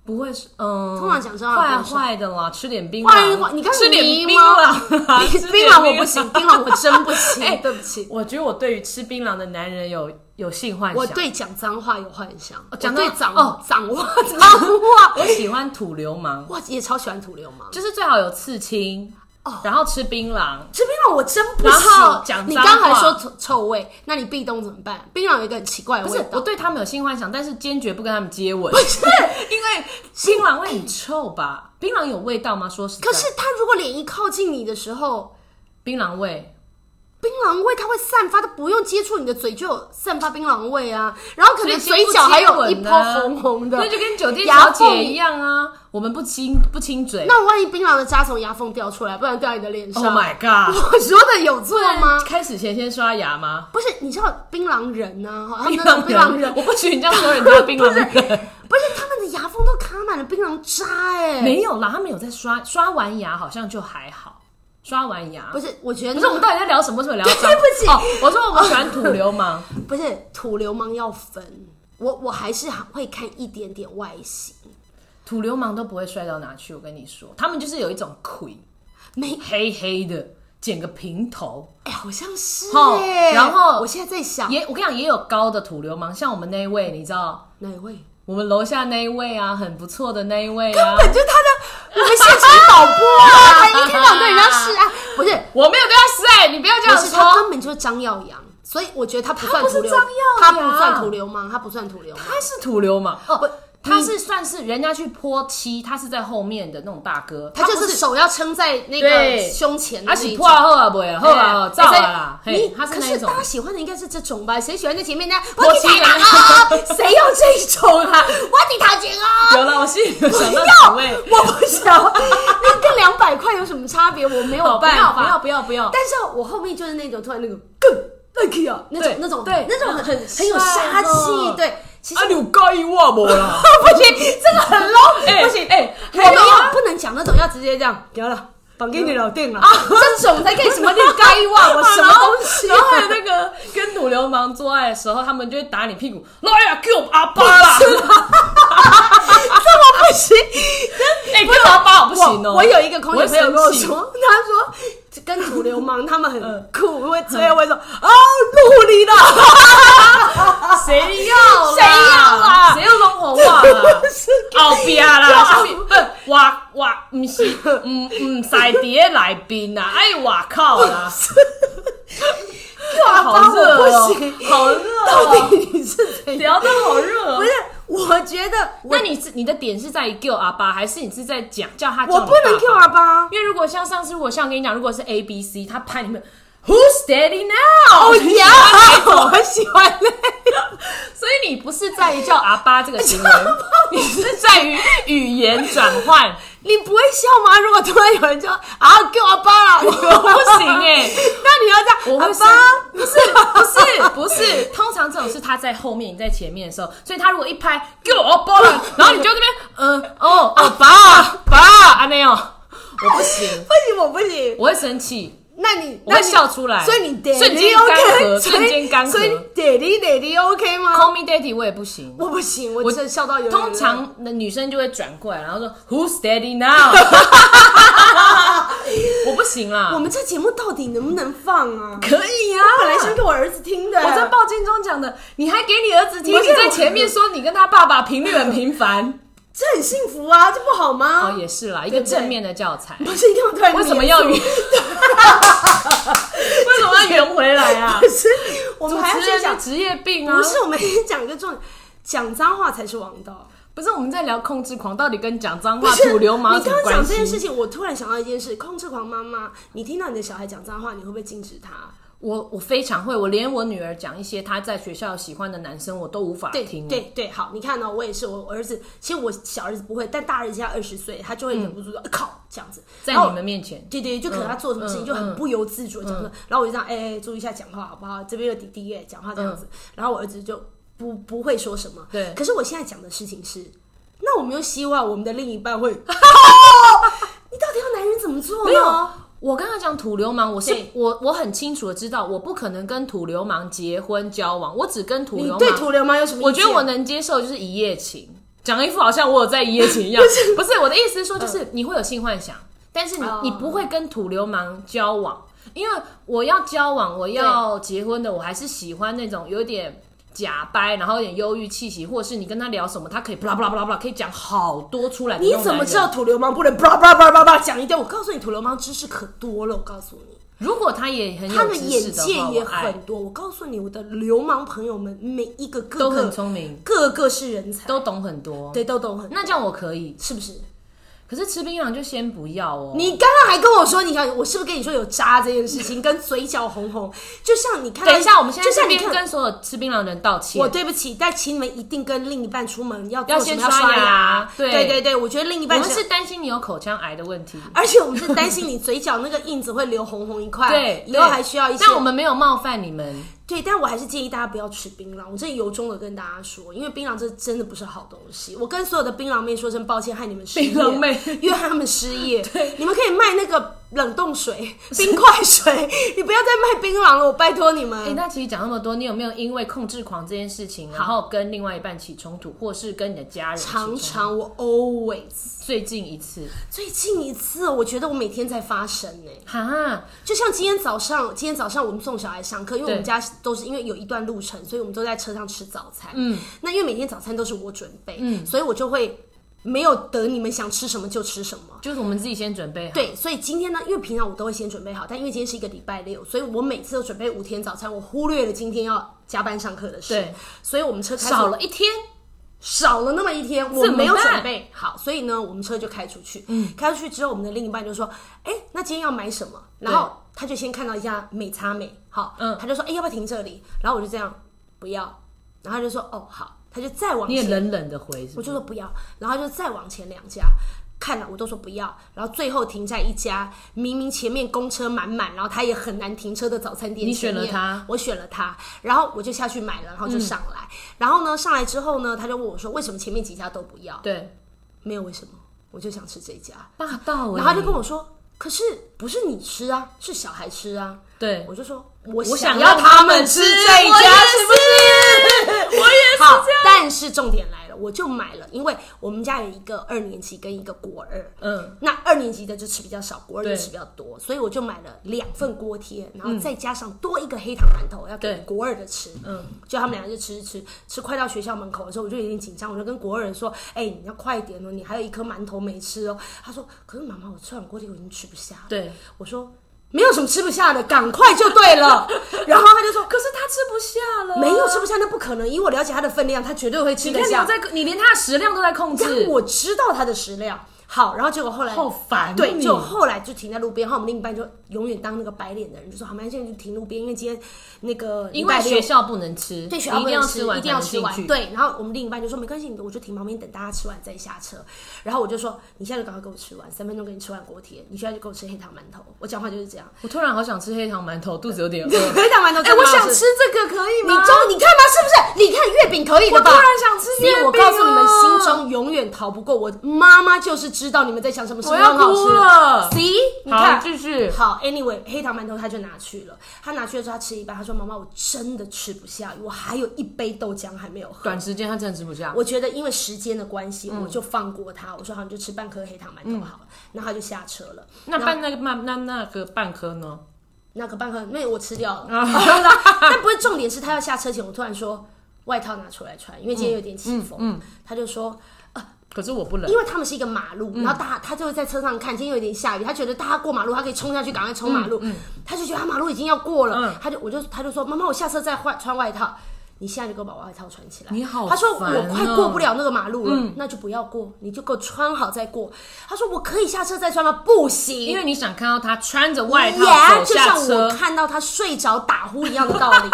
Speaker 1: 不会是，嗯，
Speaker 2: 通常讲这话
Speaker 1: 坏
Speaker 2: 不会说
Speaker 1: 坏的啦，吃点冰
Speaker 2: 坏啊
Speaker 1: 榔，
Speaker 2: 坏哎你刚
Speaker 1: 吃点
Speaker 2: 迷啊
Speaker 1: 槟
Speaker 2: 吗
Speaker 1: 榔啦， *laughs* 吃点
Speaker 2: *laughs* 槟榔我不行，啊槟榔我真不
Speaker 1: 哎
Speaker 2: 行，对不起。
Speaker 1: *laughs* 我觉得我对于吃槟榔的男人有有性幻想，
Speaker 2: 我对讲脏话有幻想，我
Speaker 1: 讲
Speaker 2: 对
Speaker 1: 脏
Speaker 2: 脏
Speaker 1: 哦
Speaker 2: 脏话脏话， *laughs*
Speaker 1: 我喜欢土流氓，
Speaker 2: 我也超喜欢土流氓。
Speaker 1: 就是最好有刺青，
Speaker 2: 哦
Speaker 1: 然后吃槟榔，
Speaker 2: 吃槟榔我真不
Speaker 1: 然后
Speaker 2: 行
Speaker 1: 讲脏话
Speaker 2: 你刚才说臭臭味，那你壁咚怎么办？槟榔有一个很奇怪的
Speaker 1: 不
Speaker 2: 味
Speaker 1: 是我
Speaker 2: 道，
Speaker 1: 对他们有性幻想，但是坚决不跟他们接
Speaker 2: *laughs*
Speaker 1: 吻，不是因为槟榔会很臭吧？槟榔有味道吗？说实在，
Speaker 2: 可是它如果脸一靠近你的时候，
Speaker 1: 槟榔味，
Speaker 2: 槟榔味它会散发，它不用接触你的嘴就有散发槟榔味啊。然后可能
Speaker 1: 所以接
Speaker 2: 嘴
Speaker 1: 不
Speaker 2: 角还有
Speaker 1: 接
Speaker 2: 一
Speaker 1: 吻
Speaker 2: 泡
Speaker 1: 啊
Speaker 2: 红红的
Speaker 1: 那，就跟酒店
Speaker 2: 牙
Speaker 1: 小
Speaker 2: 缝
Speaker 1: 姐一样啊，我们不亲不亲嘴。
Speaker 2: 那万一槟榔的渣从牙缝掉出来，不然掉你的脸
Speaker 1: Oh
Speaker 2: 上
Speaker 1: my god！
Speaker 2: *laughs* 我说的有错吗？
Speaker 1: 开始前先刷牙吗？
Speaker 2: 不是，你知道槟榔人呢、哈他们
Speaker 1: 槟
Speaker 2: 那种
Speaker 1: 榔
Speaker 2: 槟榔
Speaker 1: 人，
Speaker 2: 人，
Speaker 1: 我不许你这样说人家槟榔人。
Speaker 2: *laughs* 不是他们的牙缝都卡满了槟榔渣哎、
Speaker 1: 没有啦，他们有在刷，刷完牙好像就还好，刷完牙。
Speaker 2: 不是，我觉得
Speaker 1: 不是，我们到底在聊什么？为什么聊脏？
Speaker 2: 对不起
Speaker 1: 哦，我说我们喜欢土流氓， *laughs*
Speaker 2: 不是土流氓要分，我我还是会看一点点外形，
Speaker 1: 土流氓都不会帅到哪去。我跟你说，他们就是有一种魁，
Speaker 2: 没
Speaker 1: 黑黑的，剪个平头。
Speaker 2: 哎、好像是
Speaker 1: 哦
Speaker 2: 哎、
Speaker 1: 然后
Speaker 2: 我现在在想
Speaker 1: 也，我跟你讲，也有高的土流氓，像我们那一位，你知道，
Speaker 2: 哪一位， *laughs*
Speaker 1: 我们楼下那一位啊，很不错的那一位
Speaker 2: 根
Speaker 1: 啊。
Speaker 2: 本就是他的我们现场导播啊，一天到晚对人家示爱，不是
Speaker 1: 我没有对他示爱，你不要这
Speaker 2: 不
Speaker 1: 样
Speaker 2: 是，他
Speaker 1: 说。
Speaker 2: 根本就是张耀扬，所以我觉得他不算
Speaker 1: 他不是
Speaker 2: 土流，
Speaker 1: 张耀
Speaker 2: 他
Speaker 1: 扬
Speaker 2: 不算土流氓，他不算土流氓，
Speaker 1: 他是土流氓哦，
Speaker 2: 不
Speaker 1: 他是算是人家去泼漆，他是在后面的那种大哥，
Speaker 2: 他就
Speaker 1: 不
Speaker 2: 是手要撑在那
Speaker 1: 对
Speaker 2: 个胸前的
Speaker 1: 他
Speaker 2: 那
Speaker 1: 是
Speaker 2: 一
Speaker 1: 破
Speaker 2: 种。
Speaker 1: 啊后啊不啊后啊
Speaker 2: 哎
Speaker 1: 造啊
Speaker 2: 所以
Speaker 1: 啦，嘿
Speaker 2: 你，
Speaker 1: 他是
Speaker 2: 可
Speaker 1: 那
Speaker 2: 是
Speaker 1: 一种
Speaker 2: 大。家喜欢的应该是这种吧？谁喜欢在前面那样？我
Speaker 1: 我
Speaker 2: 地
Speaker 1: 喜
Speaker 2: 毯
Speaker 1: 欢
Speaker 2: 啊， *laughs* 谁要这一种啊？我地毯姐
Speaker 1: *laughs*
Speaker 2: 啊！
Speaker 1: 有了，我心里有想到
Speaker 2: 要，
Speaker 1: 几位，
Speaker 2: 我不想，那跟两百块有什么差别？我没有
Speaker 1: 好
Speaker 2: 不
Speaker 1: 办
Speaker 2: 要
Speaker 1: 法，哦不
Speaker 2: 不
Speaker 1: 要
Speaker 2: 要。
Speaker 1: 不要不要，
Speaker 2: 但是我后面就是那种突然那个更 lucky 啊，那种
Speaker 1: 对
Speaker 2: 那种
Speaker 1: 对
Speaker 2: 那种很
Speaker 1: 很
Speaker 2: 很有杀气
Speaker 1: 帅，
Speaker 2: 对。其实
Speaker 1: 啊，你有介意我无 *laughs* 啦？
Speaker 2: 不行，这个很 low，
Speaker 1: 哎
Speaker 2: 不行。
Speaker 1: 哎，
Speaker 2: 我
Speaker 1: 还
Speaker 2: 没
Speaker 1: 有啊
Speaker 2: 有不能讲那种要直接这样，给了，绑给你老定了啊，这种才可以
Speaker 1: *laughs*
Speaker 2: 什么你该忘我什么东西啊
Speaker 1: 然后还有那个跟土流氓做爱的时候，他们就会打你屁股，来呀， *laughs* 给我阿巴啦！
Speaker 2: 这我不行。
Speaker 1: *laughs* 哎，给我阿巴我不行哦，
Speaker 2: 我我有一个空姐
Speaker 1: 会
Speaker 2: 朋友
Speaker 1: 生
Speaker 2: 跟我
Speaker 1: 气嗯
Speaker 2: 说，他说跟土流氓他们很 *laughs* 酷，会追会说 *laughs* 哦，陆离 *laughs* 了，
Speaker 1: 啊谁要啦？
Speaker 2: 谁要啦
Speaker 1: 谁要龙虎袜啦？
Speaker 2: 是
Speaker 1: *laughs* 后壁啦， *laughs*
Speaker 2: 要
Speaker 1: 啥物？不，外外，毋是，毋毋在伫咧内边啦， *laughs* 哎，外口 *laughs* 啦，
Speaker 2: 哇，
Speaker 1: 好热
Speaker 2: 我
Speaker 1: 哦
Speaker 2: 不行，，
Speaker 1: *laughs* 好热
Speaker 2: 到
Speaker 1: 哦，
Speaker 2: 底你是谁？
Speaker 1: 聊得好热哦
Speaker 2: 不是，我觉得我
Speaker 1: 那你是你的点是在于 Q 阿爸，还是你是在讲叫他叫
Speaker 2: 我
Speaker 1: 你
Speaker 2: 不能
Speaker 1: 爸
Speaker 2: Q
Speaker 1: 爸
Speaker 2: 阿啊巴。
Speaker 1: 因为如果像上次，我像我跟你讲，如果是 A B C，他拍你们 Who's Daddy now？
Speaker 2: 哦呀，我很喜欢嘞。
Speaker 1: 所以你不是在于叫阿巴这个行为，你是在于语言转换，
Speaker 2: *laughs* 你不会笑吗？如果突然有人就啊给我阿爸了，
Speaker 1: *laughs*
Speaker 2: 我
Speaker 1: 我不行哎、
Speaker 2: *laughs* 那你
Speaker 1: 我
Speaker 2: 要这样，
Speaker 1: 会
Speaker 2: 阿
Speaker 1: 生
Speaker 2: 爸，
Speaker 1: 不是不是不是，通常这种是他在后面，你在前面的时候，所以他如果一拍给我阿巴了，然后你就这边嗯哦阿爸爸安内哦，我不行，
Speaker 2: *laughs* 不行，我不行。
Speaker 1: 我会生气。
Speaker 2: 那你
Speaker 1: 我会
Speaker 2: 那你
Speaker 1: 笑出来
Speaker 2: 所以你得
Speaker 1: 瞬间干涸瞬间干涸
Speaker 2: 所以得力得力 OK 吗？
Speaker 1: Call me daddy 我也不行，
Speaker 2: 我不行，我
Speaker 1: 我
Speaker 2: 真的笑到有点
Speaker 1: 通常那女生就会转过来，然后说 Who's daddy now？我不行啊
Speaker 2: 我
Speaker 1: 啦，
Speaker 2: 们这节目到底能不能放啊？
Speaker 1: 可以啊
Speaker 2: 我本来想给我儿子听的，
Speaker 1: 我在报金钟奖的，你还给你儿子听？
Speaker 2: 不
Speaker 1: 你
Speaker 2: 是
Speaker 1: 在前面说你跟他爸爸频率很频繁，
Speaker 2: 这很幸福啊，这不好
Speaker 1: 哦，
Speaker 2: 吗？
Speaker 1: 也是啦，一个
Speaker 2: 对
Speaker 1: 正面的教材。
Speaker 2: 不是，你干嘛突然
Speaker 1: 为什么要圆？为
Speaker 2: 严 *laughs* 肃
Speaker 1: 什么要圆回来 *laughs* 啊？
Speaker 2: 不是，我
Speaker 1: 主
Speaker 2: 们还要
Speaker 1: 持
Speaker 2: 先
Speaker 1: 人的
Speaker 2: 讲，
Speaker 1: 职业病啊！
Speaker 2: 不是，我们先讲一个重点，讲脏话才是王道。
Speaker 1: 不是，我们在聊控制狂，到底跟讲脏
Speaker 2: 不
Speaker 1: 话、
Speaker 2: 是
Speaker 1: 土流氓有
Speaker 2: 你
Speaker 1: 什
Speaker 2: 刚
Speaker 1: 么
Speaker 2: 刚
Speaker 1: 关
Speaker 2: 讲这
Speaker 1: 系
Speaker 2: 件？事情，我突然想到一件事：控制狂妈妈，你听到你的小孩讲脏话，你会不会禁止他？
Speaker 1: 我我非常会，我连我女儿讲一些她在学校喜欢的男生，我都无法
Speaker 2: 对
Speaker 1: 听。哦
Speaker 2: 对对，好，你看呢、我也是，我儿子，其实我小儿子不会，但大儿子现在二十岁，他就会忍不住说、呃靠这样子，
Speaker 1: 嗯在
Speaker 2: 然后
Speaker 1: 你们面前，
Speaker 2: 对对，就可能他做什么事
Speaker 1: 嗯
Speaker 2: 情就很不由自主地讲出来，然后我就这样，哎、哎注意一下讲话好不好？这边有弟弟耶，讲话这样子，然后我儿子就不不会说什么。
Speaker 1: 对
Speaker 2: 可是我现在讲的事情是，那我们又希望我们的另一半会，你到底要男人怎么做
Speaker 1: 没有
Speaker 2: 呢？，
Speaker 1: 我刚刚讲土流氓，我是
Speaker 2: 对
Speaker 1: 我我很清楚的知道，我不可能跟土流氓结婚交往，我只跟土
Speaker 2: 你
Speaker 1: 流
Speaker 2: 对
Speaker 1: 氓。
Speaker 2: 土流氓有什么意见？
Speaker 1: 我觉得我能接受就是一夜情，讲得一副好像我有在一夜情一
Speaker 2: *laughs*
Speaker 1: 样。不是，我的意思是说，就是你会有性幻想，但是你、
Speaker 2: 嗯哦
Speaker 1: 你不会跟土流氓交往，因为我要交往，我要结婚的，我还是喜欢那种有点。假掰，然后有点忧郁气息，或者是你跟他聊什么，他可以不啦不啦不啦不啦，可以讲好多出来的那
Speaker 2: 你
Speaker 1: 种
Speaker 2: 怎么
Speaker 1: 男
Speaker 2: 知
Speaker 1: 人
Speaker 2: 道土流氓不能叭叭叭叭叭讲一堆？我告诉你，土流氓知识可多了，我告诉你。
Speaker 1: 如果他也很有
Speaker 2: 他的
Speaker 1: 知
Speaker 2: 眼
Speaker 1: 识
Speaker 2: 界
Speaker 1: 话
Speaker 2: 也
Speaker 1: 我爱
Speaker 2: 很多，我告诉你，我的流氓朋友们每一个个
Speaker 1: 都
Speaker 2: 个
Speaker 1: 很聪明，
Speaker 2: 个个是人才，
Speaker 1: 都懂很多。
Speaker 2: 对，都懂很，
Speaker 1: 那这样我可以，
Speaker 2: 是不是？
Speaker 1: 可是吃槟榔就先不要哦。
Speaker 2: 你刚刚还跟我说，你看我是不是跟你说有渣这件事情，跟嘴角红红， *laughs* 就像你看到，
Speaker 1: 等一下，我们现在
Speaker 2: 就
Speaker 1: 这
Speaker 2: 像你
Speaker 1: 边
Speaker 2: 看，
Speaker 1: 跟所有吃槟榔的人道歉
Speaker 2: 我。对不起，但请你们一定跟另一半出门要做
Speaker 1: 要
Speaker 2: 什
Speaker 1: 先
Speaker 2: 么要
Speaker 1: 刷
Speaker 2: 刷
Speaker 1: 牙对
Speaker 2: 对对对，我觉得另一
Speaker 1: 我
Speaker 2: 半
Speaker 1: 们是担心你有口腔癌的问题，
Speaker 2: 而且我们是担心你嘴角那个印子会留红红一
Speaker 1: *laughs*
Speaker 2: 块，
Speaker 1: 对，
Speaker 2: 以后
Speaker 1: 对
Speaker 2: 啊还需要一些。嗯
Speaker 1: 但我们没有冒犯你们，
Speaker 2: 对，但我还是建议大家不要吃槟榔。我这由衷的跟大家说，因为槟榔这真的不是好东西。我跟所有的槟榔妹说声抱歉，害你们失业，
Speaker 1: 槟榔妹
Speaker 2: 因为害他们失
Speaker 1: *laughs*
Speaker 2: 业。对，你们可以卖那个冷冻水、冰块水， *laughs* 你不要再卖槟榔了，我拜托你
Speaker 1: 哎、
Speaker 2: 们。
Speaker 1: 那其实讲那么多，你有没有因为控制狂这件事情，然后跟另外一半起冲突，或是跟你的家人起冲
Speaker 2: 常
Speaker 1: 突？
Speaker 2: 常我 always
Speaker 1: 最近一次，
Speaker 2: 最近一次，我觉得我每天在发欸生呢、
Speaker 1: 哈，
Speaker 2: 就像今天早上，今天早上我们送小孩上课，因为我们
Speaker 1: 对
Speaker 2: 家都是因为有一段路程，所以我们都在车上吃早餐。嗯，那因为每天早餐都是我准备，嗯，所以我就会没有得你们想吃什么就吃什么。
Speaker 1: 就是我们自己先准备好。
Speaker 2: 对，所以今天呢，因为平常我都会先准备好，但因为今天是一个礼拜六，所以我每次都准备五天早餐，我忽略了今天要加班上课的事
Speaker 1: 对，
Speaker 2: 所以我们车开
Speaker 1: 少了一天，
Speaker 2: 少了那么一天，我
Speaker 1: 怎么
Speaker 2: 没有
Speaker 1: 办
Speaker 2: 准备好，所以呢，我们车就开出去。嗯，开出去之后，我们的另一半就说：“哎、那今天要买什么？”然后他就先看到一家美差美，好，
Speaker 1: 嗯
Speaker 2: 他就说：“哎、要不要停这里？”然后我就这样不要，然后他就说：“哦，好。”他就再往
Speaker 1: 你也
Speaker 2: 前，
Speaker 1: 冷冷的回是
Speaker 2: 我
Speaker 1: 不是，
Speaker 2: 就说不要，然后他就再往前两家。看了我都说不要，然后最后停在一家明明前面公车满满，然后他也很难停车的早餐店。
Speaker 1: 你选了
Speaker 2: 前面
Speaker 1: 他，
Speaker 2: 我选了他，嗯然后我就下去买了，然后就上来。然后呢，上来之后呢，他就问我说：“为什么前面几家都不要
Speaker 1: 对，？”
Speaker 2: 没有为什么，我就想吃这家。
Speaker 1: 霸道、欸。
Speaker 2: 然后他就跟我说：“可是不是你吃啊，是小孩吃啊。”
Speaker 1: 对，
Speaker 2: 我就说：“我
Speaker 1: 我想
Speaker 2: 要
Speaker 1: 让
Speaker 2: 他
Speaker 1: 他
Speaker 2: 们
Speaker 1: 们
Speaker 2: 吃
Speaker 1: 吃
Speaker 2: 这一
Speaker 1: 我也
Speaker 2: 家，是不
Speaker 1: 我
Speaker 2: 是？”
Speaker 1: 也
Speaker 2: 好，但是重点来了，我就买了，因为我们家有一个二年级跟一个国二，
Speaker 1: 嗯，
Speaker 2: 那二年级的就吃比较少，国二就
Speaker 1: 对
Speaker 2: 吃比较多，所以我就买了两份锅贴，然后再加上多一个黑糖馒头，要给
Speaker 1: 嗯对
Speaker 2: 国二的吃。嗯，就他们俩就吃吃吃，吃快到学校门口的时候，我就有点紧张，我就跟国二人说：“哎、你要快一点哦，你还有一颗馒头没吃哦。”他说：“可是妈妈，我吃完锅贴我已经吃不下了。”
Speaker 1: 对，
Speaker 2: 我说没有什么吃不下的，赶快就对了。 *laughs* 然后他就说
Speaker 1: 可是他吃不下了，
Speaker 2: 没有吃不下，那不可能，以我了解他的分量，他绝对会吃
Speaker 1: 你
Speaker 2: 得
Speaker 1: 看你
Speaker 2: 下
Speaker 1: 有。在，你连他的食量都在控
Speaker 2: 但
Speaker 1: 制，
Speaker 2: 我知道他的食量。好，然后结果后来
Speaker 1: 好烦哦
Speaker 2: 对，
Speaker 1: 你
Speaker 2: 就后来就停在路边。然后我们另一半就永远当那个白脸的人，就说好，那现在就停路边，因为今天那个礼
Speaker 1: 因
Speaker 2: 拜
Speaker 1: 为
Speaker 2: 六
Speaker 1: 学校不能吃，
Speaker 2: 对，
Speaker 1: 你
Speaker 2: 学校
Speaker 1: 一
Speaker 2: 不
Speaker 1: 定
Speaker 2: 能
Speaker 1: 要
Speaker 2: 吃，
Speaker 1: 完
Speaker 2: 一定要吃
Speaker 1: 才能进
Speaker 2: 完。
Speaker 1: 去。
Speaker 2: 对，然后我们另一半就说没关系，你我就停旁边等大家吃完再下车。然后我就说你现在就赶快给我吃完，三分钟给你吃完锅贴，你现在就给我吃黑糖馒头。我讲话就是这样，
Speaker 1: 我突然好想吃黑糖馒头，肚子有点
Speaker 2: *laughs*
Speaker 1: 饿。
Speaker 2: 黑糖馒头
Speaker 1: 哎、
Speaker 2: 真的
Speaker 1: 我
Speaker 2: 好
Speaker 1: 想
Speaker 2: 吃
Speaker 1: 吃这个可以
Speaker 2: 你
Speaker 1: 吗？
Speaker 2: 中，你看吧，是不是？你看月饼可以的吧？
Speaker 1: 我突然想吃
Speaker 2: 所以
Speaker 1: 月
Speaker 2: 我
Speaker 1: 饼啊
Speaker 2: 告诉你们，
Speaker 1: 了
Speaker 2: 心中永远逃不过我妈妈，就是知道你们在想什么，什
Speaker 1: 我
Speaker 2: 么
Speaker 1: 要
Speaker 2: 很好吃
Speaker 1: 哭。了。
Speaker 2: See，你
Speaker 1: 好，
Speaker 2: 看，
Speaker 1: 继续。
Speaker 2: 好，anyway，黑糖馒头他就拿去了。他拿去了之后，他吃一半，他说：“妈妈，我真的吃不下，我还有一杯豆浆还没有喝。
Speaker 1: 短时间他真的吃不下，
Speaker 2: 我觉得因为时间的关系，
Speaker 1: 嗯
Speaker 2: 我就放过他。我说好，你就吃半颗黑糖馒头好了。然后他就下车了。
Speaker 1: 那半那个那那那个半颗呢？
Speaker 2: 那个半颗，那我吃掉了。
Speaker 1: 啊
Speaker 2: *laughs* 但不是重点是他要下车前，我突然说外套拿出来穿，因为今天有点起风。
Speaker 1: 嗯
Speaker 2: 他就说，
Speaker 1: 可是我不冷，
Speaker 2: 因为他们是一个马路，
Speaker 1: 嗯
Speaker 2: 然后大他就会在车上看，今天有点下雨，他觉得大家过马路，他可以冲下去赶快冲马路，
Speaker 1: 嗯
Speaker 2: 他就觉得啊他马路已经要过了，他就我就他就说妈妈，我下车再换穿外套。你现在就给我把外套穿起来。
Speaker 1: 你好哦嗯
Speaker 2: 他说
Speaker 1: 烦哦
Speaker 2: 我快过不了那个马路了，那就不要过，你就给我穿好再过。他说我可以下车再穿吗？不行，
Speaker 1: 因为你想看到他穿着外套
Speaker 2: 嗯 Yeah，
Speaker 1: 走
Speaker 2: 啊就
Speaker 1: 下
Speaker 2: 像我
Speaker 1: 车，
Speaker 2: 看到他睡着打呼一样的
Speaker 1: *laughs*
Speaker 2: 道理。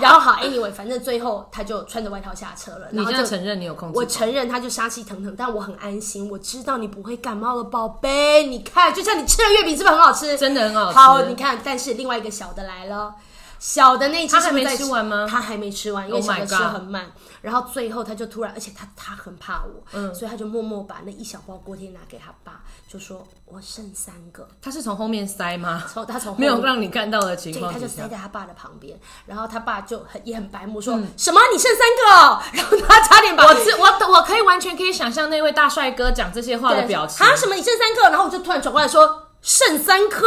Speaker 2: 然后好，anyway，反正最后他就穿着外套下车了，
Speaker 1: 你
Speaker 2: 然后
Speaker 1: 现
Speaker 2: 就
Speaker 1: 在承认你有控
Speaker 2: 我
Speaker 1: 制？
Speaker 2: 承认他就杀气腾腾，但我很安心，我知道你不会感冒了，宝贝。你看，就像你吃了月饼，是不是很好吃？
Speaker 1: 真的很好吃
Speaker 2: 好，你看，但是另外一个小的来了。小的那一只
Speaker 1: 他还
Speaker 2: 是不是
Speaker 1: 没
Speaker 2: 在
Speaker 1: 吃完吗
Speaker 2: 他还没吃完，因为
Speaker 1: Oh
Speaker 2: 小
Speaker 1: my
Speaker 2: 的吃
Speaker 1: God
Speaker 2: 很慢。然后最后他就突然，而且他他很怕我，
Speaker 1: 嗯
Speaker 2: 所以他就默默把那一小包锅贴拿给他爸，就说：“我剩三个。
Speaker 1: 他是从后面塞吗？
Speaker 2: 从”他从后
Speaker 1: 没有
Speaker 2: 面
Speaker 1: 让你看到的情
Speaker 2: 对，
Speaker 1: 况
Speaker 2: 他
Speaker 1: 之
Speaker 2: 就
Speaker 1: 下
Speaker 2: 塞，在他爸的旁边，然后他爸就很也很白目说、什么你剩三个哦， *laughs* 然后他差点把
Speaker 1: 嗯我是我我可以完全可以想象那位大帅哥讲这些话的表情。
Speaker 2: 啊什么你剩三个，然后我就突然转过来说剩三颗，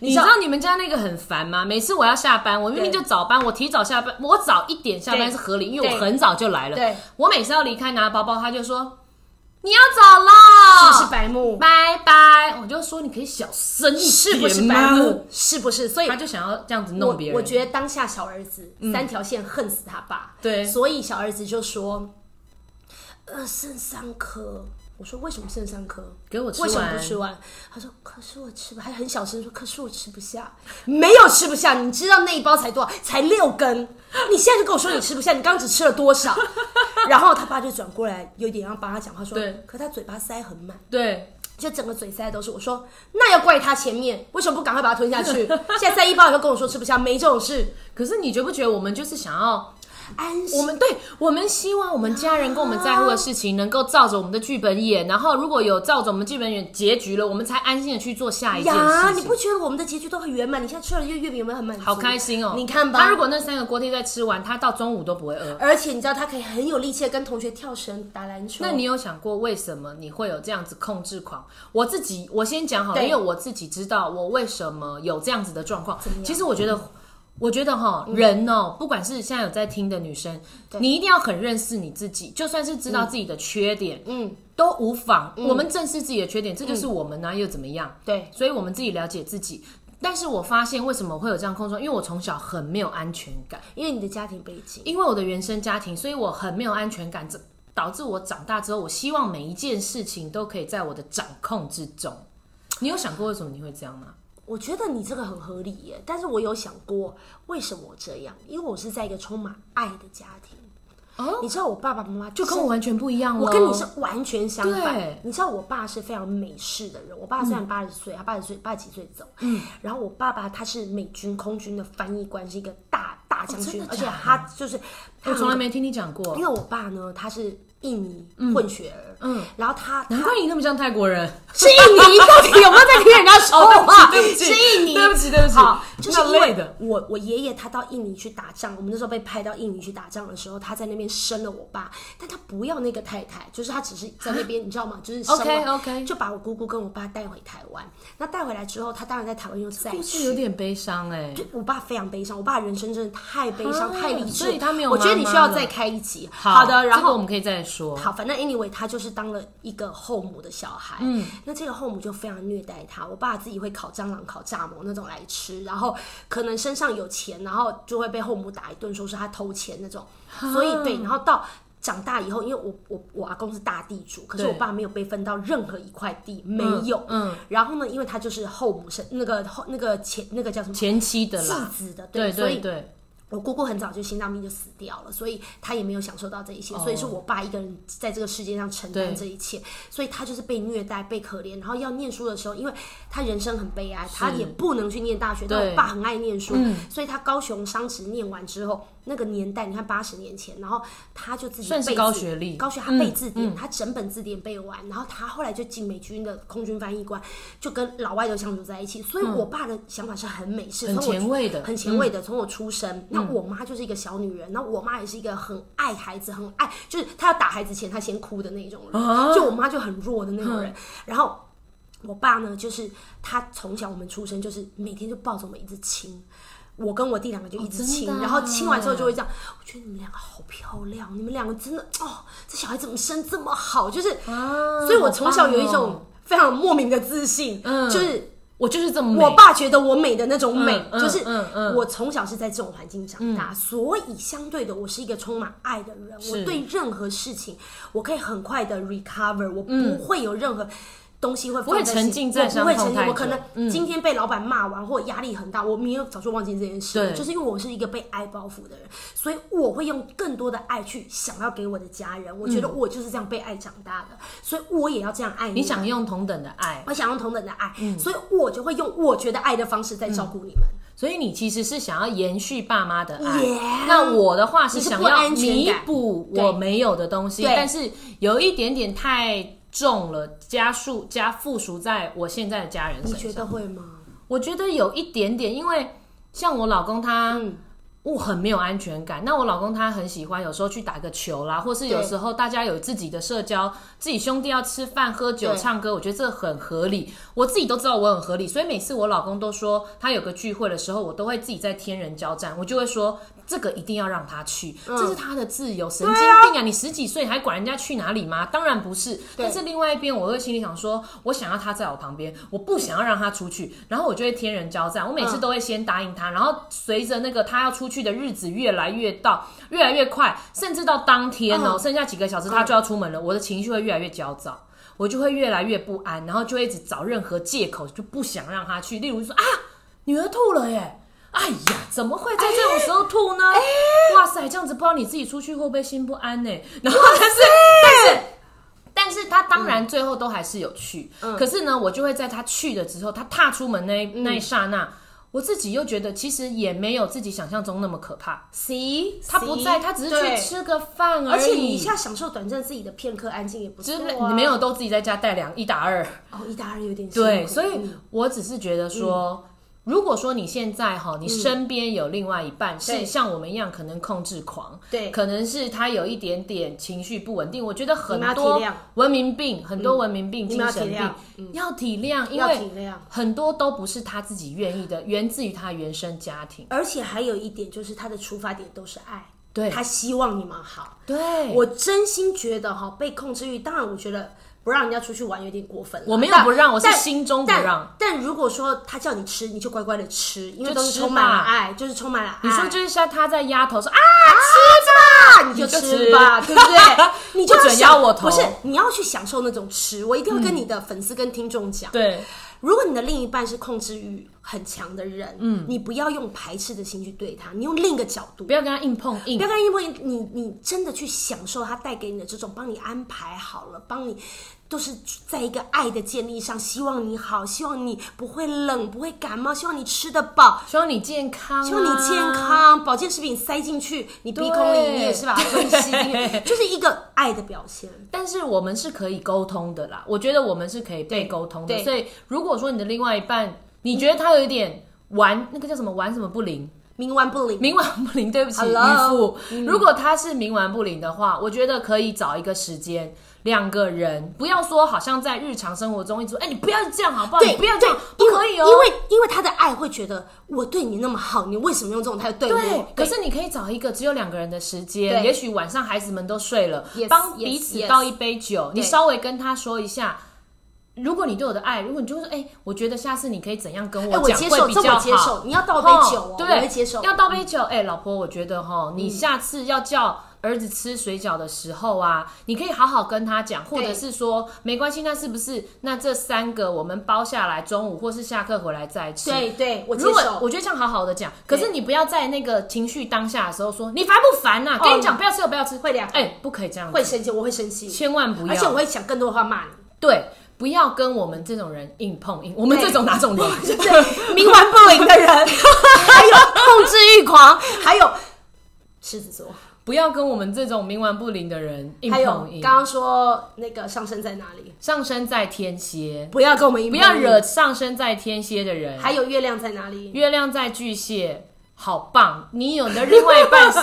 Speaker 1: 你知道你们家那个很烦吗？每次我要下班，我明明就
Speaker 2: 对
Speaker 1: 早班，我提早下班，我早一点下班
Speaker 2: 对
Speaker 1: 是合理，因为我
Speaker 2: 对
Speaker 1: 很早就来了。
Speaker 2: 对，
Speaker 1: 我每次要离开拿包包，他就说你要走了，
Speaker 2: 是不是白目？
Speaker 1: 拜拜，我就说你可以小声一点，
Speaker 2: 是不是白？目？是不是？所以
Speaker 1: 他就想要这样子
Speaker 2: 我
Speaker 1: 弄别人。嗯
Speaker 2: 我觉得当下小儿子、三条线恨死他爸，
Speaker 1: 对
Speaker 2: 所以小儿子就说，呃，剩三颗。我说为什么剩三颗？
Speaker 1: 给我吃
Speaker 2: 为什么
Speaker 1: 完
Speaker 2: 不吃完？他说可是我吃不，还很小声说可是我吃不下，没有吃不下。你知道那一包才多少？才六根。你现在就跟我说你吃不下，你刚刚只吃了多少？然后他爸就转过来，有点要帮他讲话说，
Speaker 1: 对
Speaker 2: 可他嘴巴塞很满。
Speaker 1: 对，
Speaker 2: 就整个嘴塞的都是。我说那要怪他前面为什么不赶快把它吞下去？现在塞一包以后跟我说吃不下，没这种事。
Speaker 1: 可是你觉不觉得我们就是想要，
Speaker 2: 安心，
Speaker 1: 我们对我们希望我们家人跟我们在乎的事情能够照着我们的剧本演，然后如果有照着我们剧本演结局了，我们才安心的去做下一件
Speaker 2: 呀，
Speaker 1: 事
Speaker 2: 你
Speaker 1: 情。
Speaker 2: 不觉得我们的结局都很圆满？你现在吃了月月饼有没有很满足？
Speaker 1: 好开心哦！
Speaker 2: 你看吧，
Speaker 1: 他如果那三个锅贴再吃完，他到中午都不会饿。
Speaker 2: 而且你知道他可以很有力气的跟同学跳绳、打篮球。
Speaker 1: 那你有想过为什么你会有这样子控制狂？我自己，我先讲好了，
Speaker 2: 对
Speaker 1: 因为我自己知道我为什么有这样子的状况。其实我觉得，
Speaker 2: 嗯
Speaker 1: 我觉得哈，人哦，不管是现在有在听的女生，你一定要很认识你自己，就算是知道自己的缺点，
Speaker 2: 嗯，
Speaker 1: 都无妨。我们正视自己的缺点，这就是我们呢、又怎么样？
Speaker 2: 对，
Speaker 1: 所以我们自己了解自己。但是我发现为什么会有这样控制，因为我从小很没有安全感。
Speaker 2: 因为你的家庭背景，
Speaker 1: 因为我的原生家庭，所以我很没有安全感，这导致我长大之后，我希望每一件事情都可以在我的掌控之中。你有想过为什么你会这样吗？
Speaker 2: 我觉得你这个很合理耶。但是我有想过为什么我这样，因为我是在一个充满爱的家庭。
Speaker 1: 哦，
Speaker 2: 你知道我爸爸妈妈
Speaker 1: 就跟
Speaker 2: 我。
Speaker 1: 我完全不一样了。
Speaker 2: 我跟你是完全相反
Speaker 1: 对。嗯
Speaker 2: 你知道我爸是非常美式的人，我爸虽然八十岁，他八十岁八十几岁走，嗯，然后我爸爸他是美军空军的翻译官，是一个大大将军，
Speaker 1: 哦真的假
Speaker 2: 而且
Speaker 1: 的
Speaker 2: 他就是他
Speaker 1: 我从来
Speaker 2: 很
Speaker 1: 没听你讲过
Speaker 2: 因，
Speaker 1: *laughs*
Speaker 2: 为我爸呢他是印尼混血儿，嗯，然后他
Speaker 1: 难
Speaker 2: 他
Speaker 1: 怪你那么像泰国人。
Speaker 2: 是印尼，到底有没有在听人家说话？
Speaker 1: 哦对不起，
Speaker 2: 是印尼，
Speaker 1: 对不起，对不起，
Speaker 2: 好，就是
Speaker 1: 那
Speaker 2: 因
Speaker 1: 累
Speaker 2: 为
Speaker 1: 的。
Speaker 2: 我我爷爷他到印尼去打仗，我们那时候被派到印尼去打仗的时候，他在那边生了我爸，但他不要那个太太，就是他只是在那边，你知道吗？就是生
Speaker 1: OK，
Speaker 2: 完
Speaker 1: OK
Speaker 2: 就把我姑姑跟我爸带回台湾。那带回来之后，他当然在台湾又再
Speaker 1: 故事有
Speaker 2: 去。
Speaker 1: 点悲伤哎、
Speaker 2: 就我爸非常悲伤，我爸人生真的太悲伤、
Speaker 1: 啊
Speaker 2: 太理智，
Speaker 1: 所以他没有
Speaker 2: 我觉得得你需要
Speaker 1: 了
Speaker 2: 再开一集。
Speaker 1: 好
Speaker 2: 的，
Speaker 1: 这
Speaker 2: 然
Speaker 1: 个
Speaker 2: 后
Speaker 1: 我们可以再说。
Speaker 2: 好，反正 anyway，他就是当了一个后母的小孩。嗯，那这个后母就非常虐待他。我爸自己会烤蟑螂、烤蚱蜢那种来吃，然后可能身上有钱，然后就会被后母打一顿，说是他偷钱那种。所以对，然后到。长大以后，因为我我我阿公是大地主，可是
Speaker 1: 对
Speaker 2: 我爸没有被分到任何一块地，没有。
Speaker 1: 嗯
Speaker 2: 然后呢，因为他就是后母是那个后那个前那个叫什么
Speaker 1: 前妻的
Speaker 2: 继
Speaker 1: 啦，
Speaker 2: 子的，
Speaker 1: 对
Speaker 2: 所以
Speaker 1: 对对，
Speaker 2: 我姑姑很早就心脏病就死掉了，所以她也没有享受到这一切，所以是我爸一个人在这个世界上承担
Speaker 1: 哦对
Speaker 2: 这一切，所以他就是被虐待、被可怜，然后要念书的时候，因为他人生很悲哀，他也不能去念大学，但
Speaker 1: 对嗯
Speaker 2: 我爸很爱念书，所以他高雄商职念完之后，那个年代你看八十年前，然后他就自己
Speaker 1: 算是
Speaker 2: 背
Speaker 1: 高
Speaker 2: 字
Speaker 1: 学历嗯
Speaker 2: 高学他背字典，他整本字典背完，然后他后来就进美军的空军翻译官，就跟老外都相处在一起，所以我爸的想法是很美式，
Speaker 1: 嗯很
Speaker 2: 从我
Speaker 1: 前卫的嗯
Speaker 2: 很前卫的。从我出生，那我妈就是一个小女人，那我妈也是一个很爱孩子，很爱，就是她要打孩子前她先哭的那种人，
Speaker 1: 啊
Speaker 2: 就我妈就很弱的那种人。
Speaker 1: 嗯
Speaker 2: 然后我爸呢，就是他从小我们出生就是每天就抱着我们一直亲。我跟我弟两个就一直
Speaker 1: 真的
Speaker 2: 亲，
Speaker 1: 啊
Speaker 2: 然后亲完之后就会这样。我觉得你们两个好漂亮，你们两个真的哦，这小孩怎么生这么好？就是，
Speaker 1: 啊
Speaker 2: 所以我从小
Speaker 1: 好棒
Speaker 2: 有一种
Speaker 1: 哦
Speaker 2: 非常莫名的自信，
Speaker 1: 嗯
Speaker 2: 就是
Speaker 1: 我就是这么美
Speaker 2: 我爸觉得我美的那种美，
Speaker 1: 嗯
Speaker 2: 就是
Speaker 1: 嗯嗯
Speaker 2: 我从小是在这种环境长大，所以相对的，我是一个充满爱的人。我对任何事情，我可以很快的 recover，我不会有任何。东西会不
Speaker 1: 嗯会沉浸在
Speaker 2: 我不会
Speaker 1: 伤痛
Speaker 2: 沉浸。
Speaker 1: 太
Speaker 2: 我可
Speaker 1: 久嗯
Speaker 2: 能今天被老板骂完，或压力很大，我明天早就忘记这件事了。
Speaker 1: 对
Speaker 2: 就是因为我是一个被爱包袱的人，所以我会用更多的爱去想要给我的家人。我觉得我就是这样被爱长大的，所以我也要这样爱
Speaker 1: 嗯你
Speaker 2: 你啊
Speaker 1: 想用同等的爱，
Speaker 2: 我想用同等的爱，
Speaker 1: 嗯
Speaker 2: 所以我就会用我觉得爱的方式在照顾你们。
Speaker 1: 所以你其实是想要延续爸妈的爱。
Speaker 2: Yeah
Speaker 1: 那我的话是
Speaker 2: 你是
Speaker 1: 想
Speaker 2: 不
Speaker 1: 要
Speaker 2: 安全
Speaker 1: 弥
Speaker 2: 感
Speaker 1: 补
Speaker 2: 对
Speaker 1: 我没有的东西，
Speaker 2: 对
Speaker 1: 但是有一点点太重了，加数加附属在我现在的家人
Speaker 2: 你
Speaker 1: 身
Speaker 2: 觉
Speaker 1: 上。
Speaker 2: 得会吗？
Speaker 1: 我觉得有一点点，因为像我老公他。我很没有安全感。那我老公他很喜欢，有时候去打个球啦，或是有时候大家有自己的社交，自己兄弟要吃饭、喝酒、
Speaker 2: 对
Speaker 1: 唱歌，我觉得这很合理。我自己都知道我很合理，所以每次我老公都说他有个聚会的时候，我都会自己在天人交战，我就会说这个一定要让他去，这是他的自由。神经病啊！你十几岁还管人家去哪里吗？当然不是。但是另外一边，我会心里想说，我想要他在我旁边，我不想要让他出去，然后我就会天人交战。我每次都会先答应他，然后随着那个他要出去的日子越来越到，越来越快，甚至到当天哦，剩下几个小时他就要出门了，我的情绪会越来越焦躁。我就会越来越不安，然后就会一直找任何借口，就不想让他去。例如说啊，女儿吐了耶，哎呀，怎么会在这种时候吐呢？哇塞，这样子不知道你自己出去会不会心不安呢？然后但是但是。但是他当
Speaker 2: 嗯
Speaker 1: 然最后都还是有去，可是呢，我就会在他去了之后，他踏出门
Speaker 2: 嗯
Speaker 1: 那、那一刹那，我自己又觉得其实也没有自己想象中那么可怕。
Speaker 2: 谁？
Speaker 1: 他不在，他只是去
Speaker 2: 对，
Speaker 1: 吃个饭
Speaker 2: 而
Speaker 1: 已。
Speaker 2: 且你一下享受短暂自己的片刻安静也不错、
Speaker 1: 之类，
Speaker 2: 啊。
Speaker 1: 你没有都自己在家带两一打二，
Speaker 2: 哦，一打二有点辛苦嗯
Speaker 1: 对，所以我只是觉得说，如果说你现在哈，你身边有另外一半是
Speaker 2: 嗯对
Speaker 1: 像我们一样可能控制狂，
Speaker 2: 对
Speaker 1: 可能是他有一点点情绪不稳定，我觉得很
Speaker 2: 你们要
Speaker 1: 多
Speaker 2: 体谅嗯
Speaker 1: 文明病，很多文明病、
Speaker 2: 你
Speaker 1: 精
Speaker 2: 们要
Speaker 1: 神
Speaker 2: 体
Speaker 1: 病
Speaker 2: 谅嗯
Speaker 1: 要体谅，因
Speaker 2: 要
Speaker 1: 为
Speaker 2: 体谅
Speaker 1: 很多都不是他自己愿意的，源自于他原生家庭。
Speaker 2: 而且还有一点就是他的出发点都是爱，
Speaker 1: 对
Speaker 2: 他希望你们好。
Speaker 1: 对，
Speaker 2: 我真心觉得哈，被控制欲，当然我觉得不让人家出去玩有点过分了。
Speaker 1: 我没有
Speaker 2: 但
Speaker 1: 不让我是
Speaker 2: 但
Speaker 1: 心中不
Speaker 2: 但
Speaker 1: 让
Speaker 2: 但如果说他叫你吃，你就乖乖的吃，因为
Speaker 1: 就
Speaker 2: 都是
Speaker 1: 吃
Speaker 2: 充满了
Speaker 1: 吧
Speaker 2: 爱，就是充满了爱。
Speaker 1: 你说就是像他在压头说啊，
Speaker 2: 啊，你就
Speaker 1: 你就
Speaker 2: 吃
Speaker 1: 吃？
Speaker 2: 吧，对不对你就
Speaker 1: 不
Speaker 2: 要
Speaker 1: 准
Speaker 2: 享
Speaker 1: 压我头
Speaker 2: 不是，你要去享受那种吃。我一定要跟你的粉丝跟听众讲，
Speaker 1: 对，
Speaker 2: 如果你的另一半是控制欲很强的人，嗯，你不要用排斥的心去对他，你用另一个角度。
Speaker 1: 不要跟他硬碰硬
Speaker 2: 不要，跟因为你你真的去享受他带给你的这种帮你安排好了，帮你都是在一个爱的建立上，希望你好，希望你不会冷，不会感冒，希望你吃得饱，
Speaker 1: 希望你健康、啊，
Speaker 2: 希望你健。康，保健食品塞进去你鼻孔里
Speaker 1: 对
Speaker 2: 面是吧？所以
Speaker 1: *laughs*
Speaker 2: 吸进去，就是一个爱的表现。
Speaker 1: 但是我们是可以沟通的啦，我觉得我们是可以被沟通的。
Speaker 2: 对 *laughs*
Speaker 1: 所以如果说你的另外一半，你觉得他有一点玩那个叫什么玩什么不灵，
Speaker 2: 冥顽不灵。
Speaker 1: 冥顽不灵，对不起，渔
Speaker 2: Hello 嗯
Speaker 1: 夫。如果他是冥顽不灵的话，我觉得可以找一个时间，两个人不要说好像在日常生活中一直说，哎、你不要这样好不好？
Speaker 2: 对，
Speaker 1: 你不要这样不
Speaker 2: 对，因为
Speaker 1: 可以哦。
Speaker 2: 因为因为他的爱会觉得我对你那么好，你为什么用这种态度对我？
Speaker 1: 对，可
Speaker 2: 对
Speaker 1: 是你可以找一个只有两个人的时间，
Speaker 2: 对
Speaker 1: 也许晚上孩子们都睡了
Speaker 2: Yes，
Speaker 1: 帮
Speaker 2: yes，
Speaker 1: 彼此
Speaker 2: yes
Speaker 1: 倒一杯酒，你
Speaker 2: 对
Speaker 1: 稍微跟他说一下。如果你对我的爱，如果你就说，哎、我觉得下次你可以怎样跟
Speaker 2: 哎，
Speaker 1: 我
Speaker 2: 我
Speaker 1: 讲
Speaker 2: 接
Speaker 1: 会
Speaker 2: 受，
Speaker 1: 比
Speaker 2: 这
Speaker 1: 较
Speaker 2: 我接
Speaker 1: 好
Speaker 2: 受。。你要倒杯酒哦，
Speaker 1: 对，
Speaker 2: 我会接受。嗯
Speaker 1: 要倒杯酒，哎、老婆，我觉得哈，你下次要叫儿子吃水饺的时候啊，你可以好好跟他讲，或者是说没关系，那是不是？那这三个我们包下来，中午或是下课回来再吃。
Speaker 2: 对对，我接
Speaker 1: 如果
Speaker 2: 受。
Speaker 1: 我觉得这样好好的讲，可是
Speaker 2: 对
Speaker 1: 你不要在那个情绪当下的时候说你烦不烦呐、
Speaker 2: 哦
Speaker 1: 跟你讲不要吃了，不要吃，
Speaker 2: 会凉
Speaker 1: 哎、不可以这样子，
Speaker 2: 会生气，我会生气，
Speaker 1: 千万不要，
Speaker 2: 而且我会讲更多的话骂你。
Speaker 1: 对，不要跟我们这种人硬碰硬，我们这种哪种人？
Speaker 2: *laughs* 冥顽不灵的人，
Speaker 1: *laughs*
Speaker 2: 还有控制欲狂，还有狮子座，
Speaker 1: 不要跟我们这种冥顽不灵的人硬
Speaker 2: 还有
Speaker 1: 碰硬。
Speaker 2: 刚刚说那个上升在哪里？
Speaker 1: 上升在天蝎，
Speaker 2: 不要跟我们一
Speaker 1: 不要
Speaker 2: 模一样
Speaker 1: 惹。上升在天蝎的人。
Speaker 2: 嗯还有月亮在哪里？
Speaker 1: 月亮在巨蟹，好棒！你有你的另外一
Speaker 2: *laughs*
Speaker 1: 半是，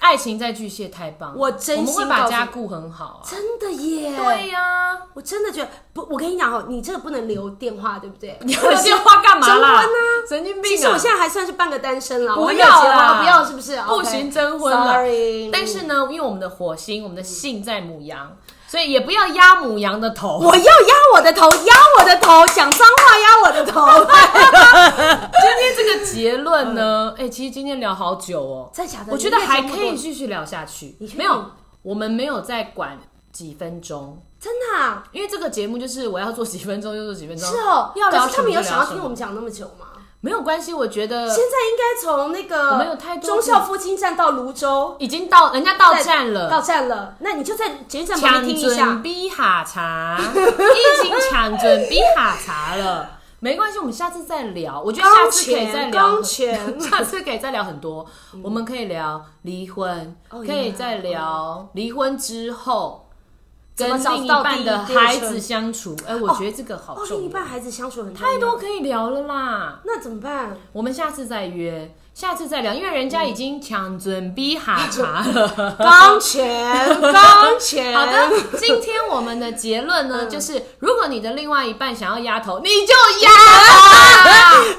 Speaker 1: 爱情在巨蟹太棒了。
Speaker 2: 我真
Speaker 1: 我们会
Speaker 2: 心
Speaker 1: 把
Speaker 2: 告诉
Speaker 1: 家
Speaker 2: 你
Speaker 1: 顾很好啊。
Speaker 2: 真的耶！
Speaker 1: 对呀、
Speaker 2: 我真的觉得不，我跟你讲哦，你这个不能留电话，对不对？
Speaker 1: 你要电话干嘛
Speaker 2: 征
Speaker 1: *laughs*
Speaker 2: 婚
Speaker 1: 啦？
Speaker 2: 啊
Speaker 1: 神经病、啊！
Speaker 2: 其实我现在还算是半个单身啦，
Speaker 1: 不
Speaker 2: 我还没
Speaker 1: 要
Speaker 2: 有结婚
Speaker 1: 啦
Speaker 2: 不要是不是？
Speaker 1: 不
Speaker 2: OK
Speaker 1: 行征婚了
Speaker 2: Sorry，
Speaker 1: 但是呢，因为我们的火星，我们的性在母羊，所以也不要压母羊的头。
Speaker 2: 我要压我的头，压我的头，讲脏话压我
Speaker 1: *laughs*
Speaker 2: 的头。
Speaker 1: *laughs* 今天这个结论
Speaker 2: *laughs*
Speaker 1: 呢，哎、其实今天聊好久哦，
Speaker 2: 真的假的
Speaker 1: 我觉得
Speaker 2: 你在
Speaker 1: 还
Speaker 2: 讲
Speaker 1: 可
Speaker 2: 那么
Speaker 1: 以
Speaker 2: 多
Speaker 1: 继续聊下去
Speaker 2: 你确。定
Speaker 1: 没有，我们没有在管几分钟，
Speaker 2: 真
Speaker 1: *laughs*
Speaker 2: 的、啊、
Speaker 1: 因为这个节目就是我要做几分钟就做几分钟。
Speaker 2: 是哦，
Speaker 1: 要聊什
Speaker 2: 可
Speaker 1: 么
Speaker 2: 是他们
Speaker 1: 就
Speaker 2: 有
Speaker 1: 聊
Speaker 2: 想要
Speaker 1: 什
Speaker 2: 听
Speaker 1: 么
Speaker 2: 我们讲那么久吗？
Speaker 1: 没有关系，我觉得
Speaker 2: 现在应该从那
Speaker 1: 我
Speaker 2: 个
Speaker 1: 们有太多
Speaker 2: 忠孝复兴站到泸州
Speaker 1: 已经到人家到
Speaker 2: 再
Speaker 1: 站了，
Speaker 2: 到站了，那你就在捷运站旁
Speaker 1: 抢
Speaker 2: 边听一
Speaker 1: 准
Speaker 2: 下。
Speaker 1: 比哈茶，已经抢准比哈茶了。没关系，我们下次再聊。我觉得下次可以再聊
Speaker 2: 钢，拳
Speaker 1: *laughs* 下次可以再聊很多。我们可以聊离婚，
Speaker 2: 哦
Speaker 1: 可以再聊离婚之后
Speaker 2: 怎
Speaker 1: 跟
Speaker 2: 么找
Speaker 1: 另一
Speaker 2: 到
Speaker 1: 半
Speaker 2: 第一
Speaker 1: 的
Speaker 2: 第二
Speaker 1: 孩子
Speaker 2: 春
Speaker 1: 相处。哎，我觉得这个好
Speaker 2: 哦，另一
Speaker 1: 重要
Speaker 2: 半，孩子相处哎很重要
Speaker 1: 太多，可以聊了啦。
Speaker 2: 那怎么办？
Speaker 1: 我们下次再约，下次再聊，因为人家已经抢准比哈茶了。
Speaker 2: 钢拳，钢
Speaker 1: *laughs*
Speaker 2: 拳，
Speaker 1: 好的，嗯今天我们的 *laughs* 结论呢，就是如果你的另外一半想要压头，你就压他。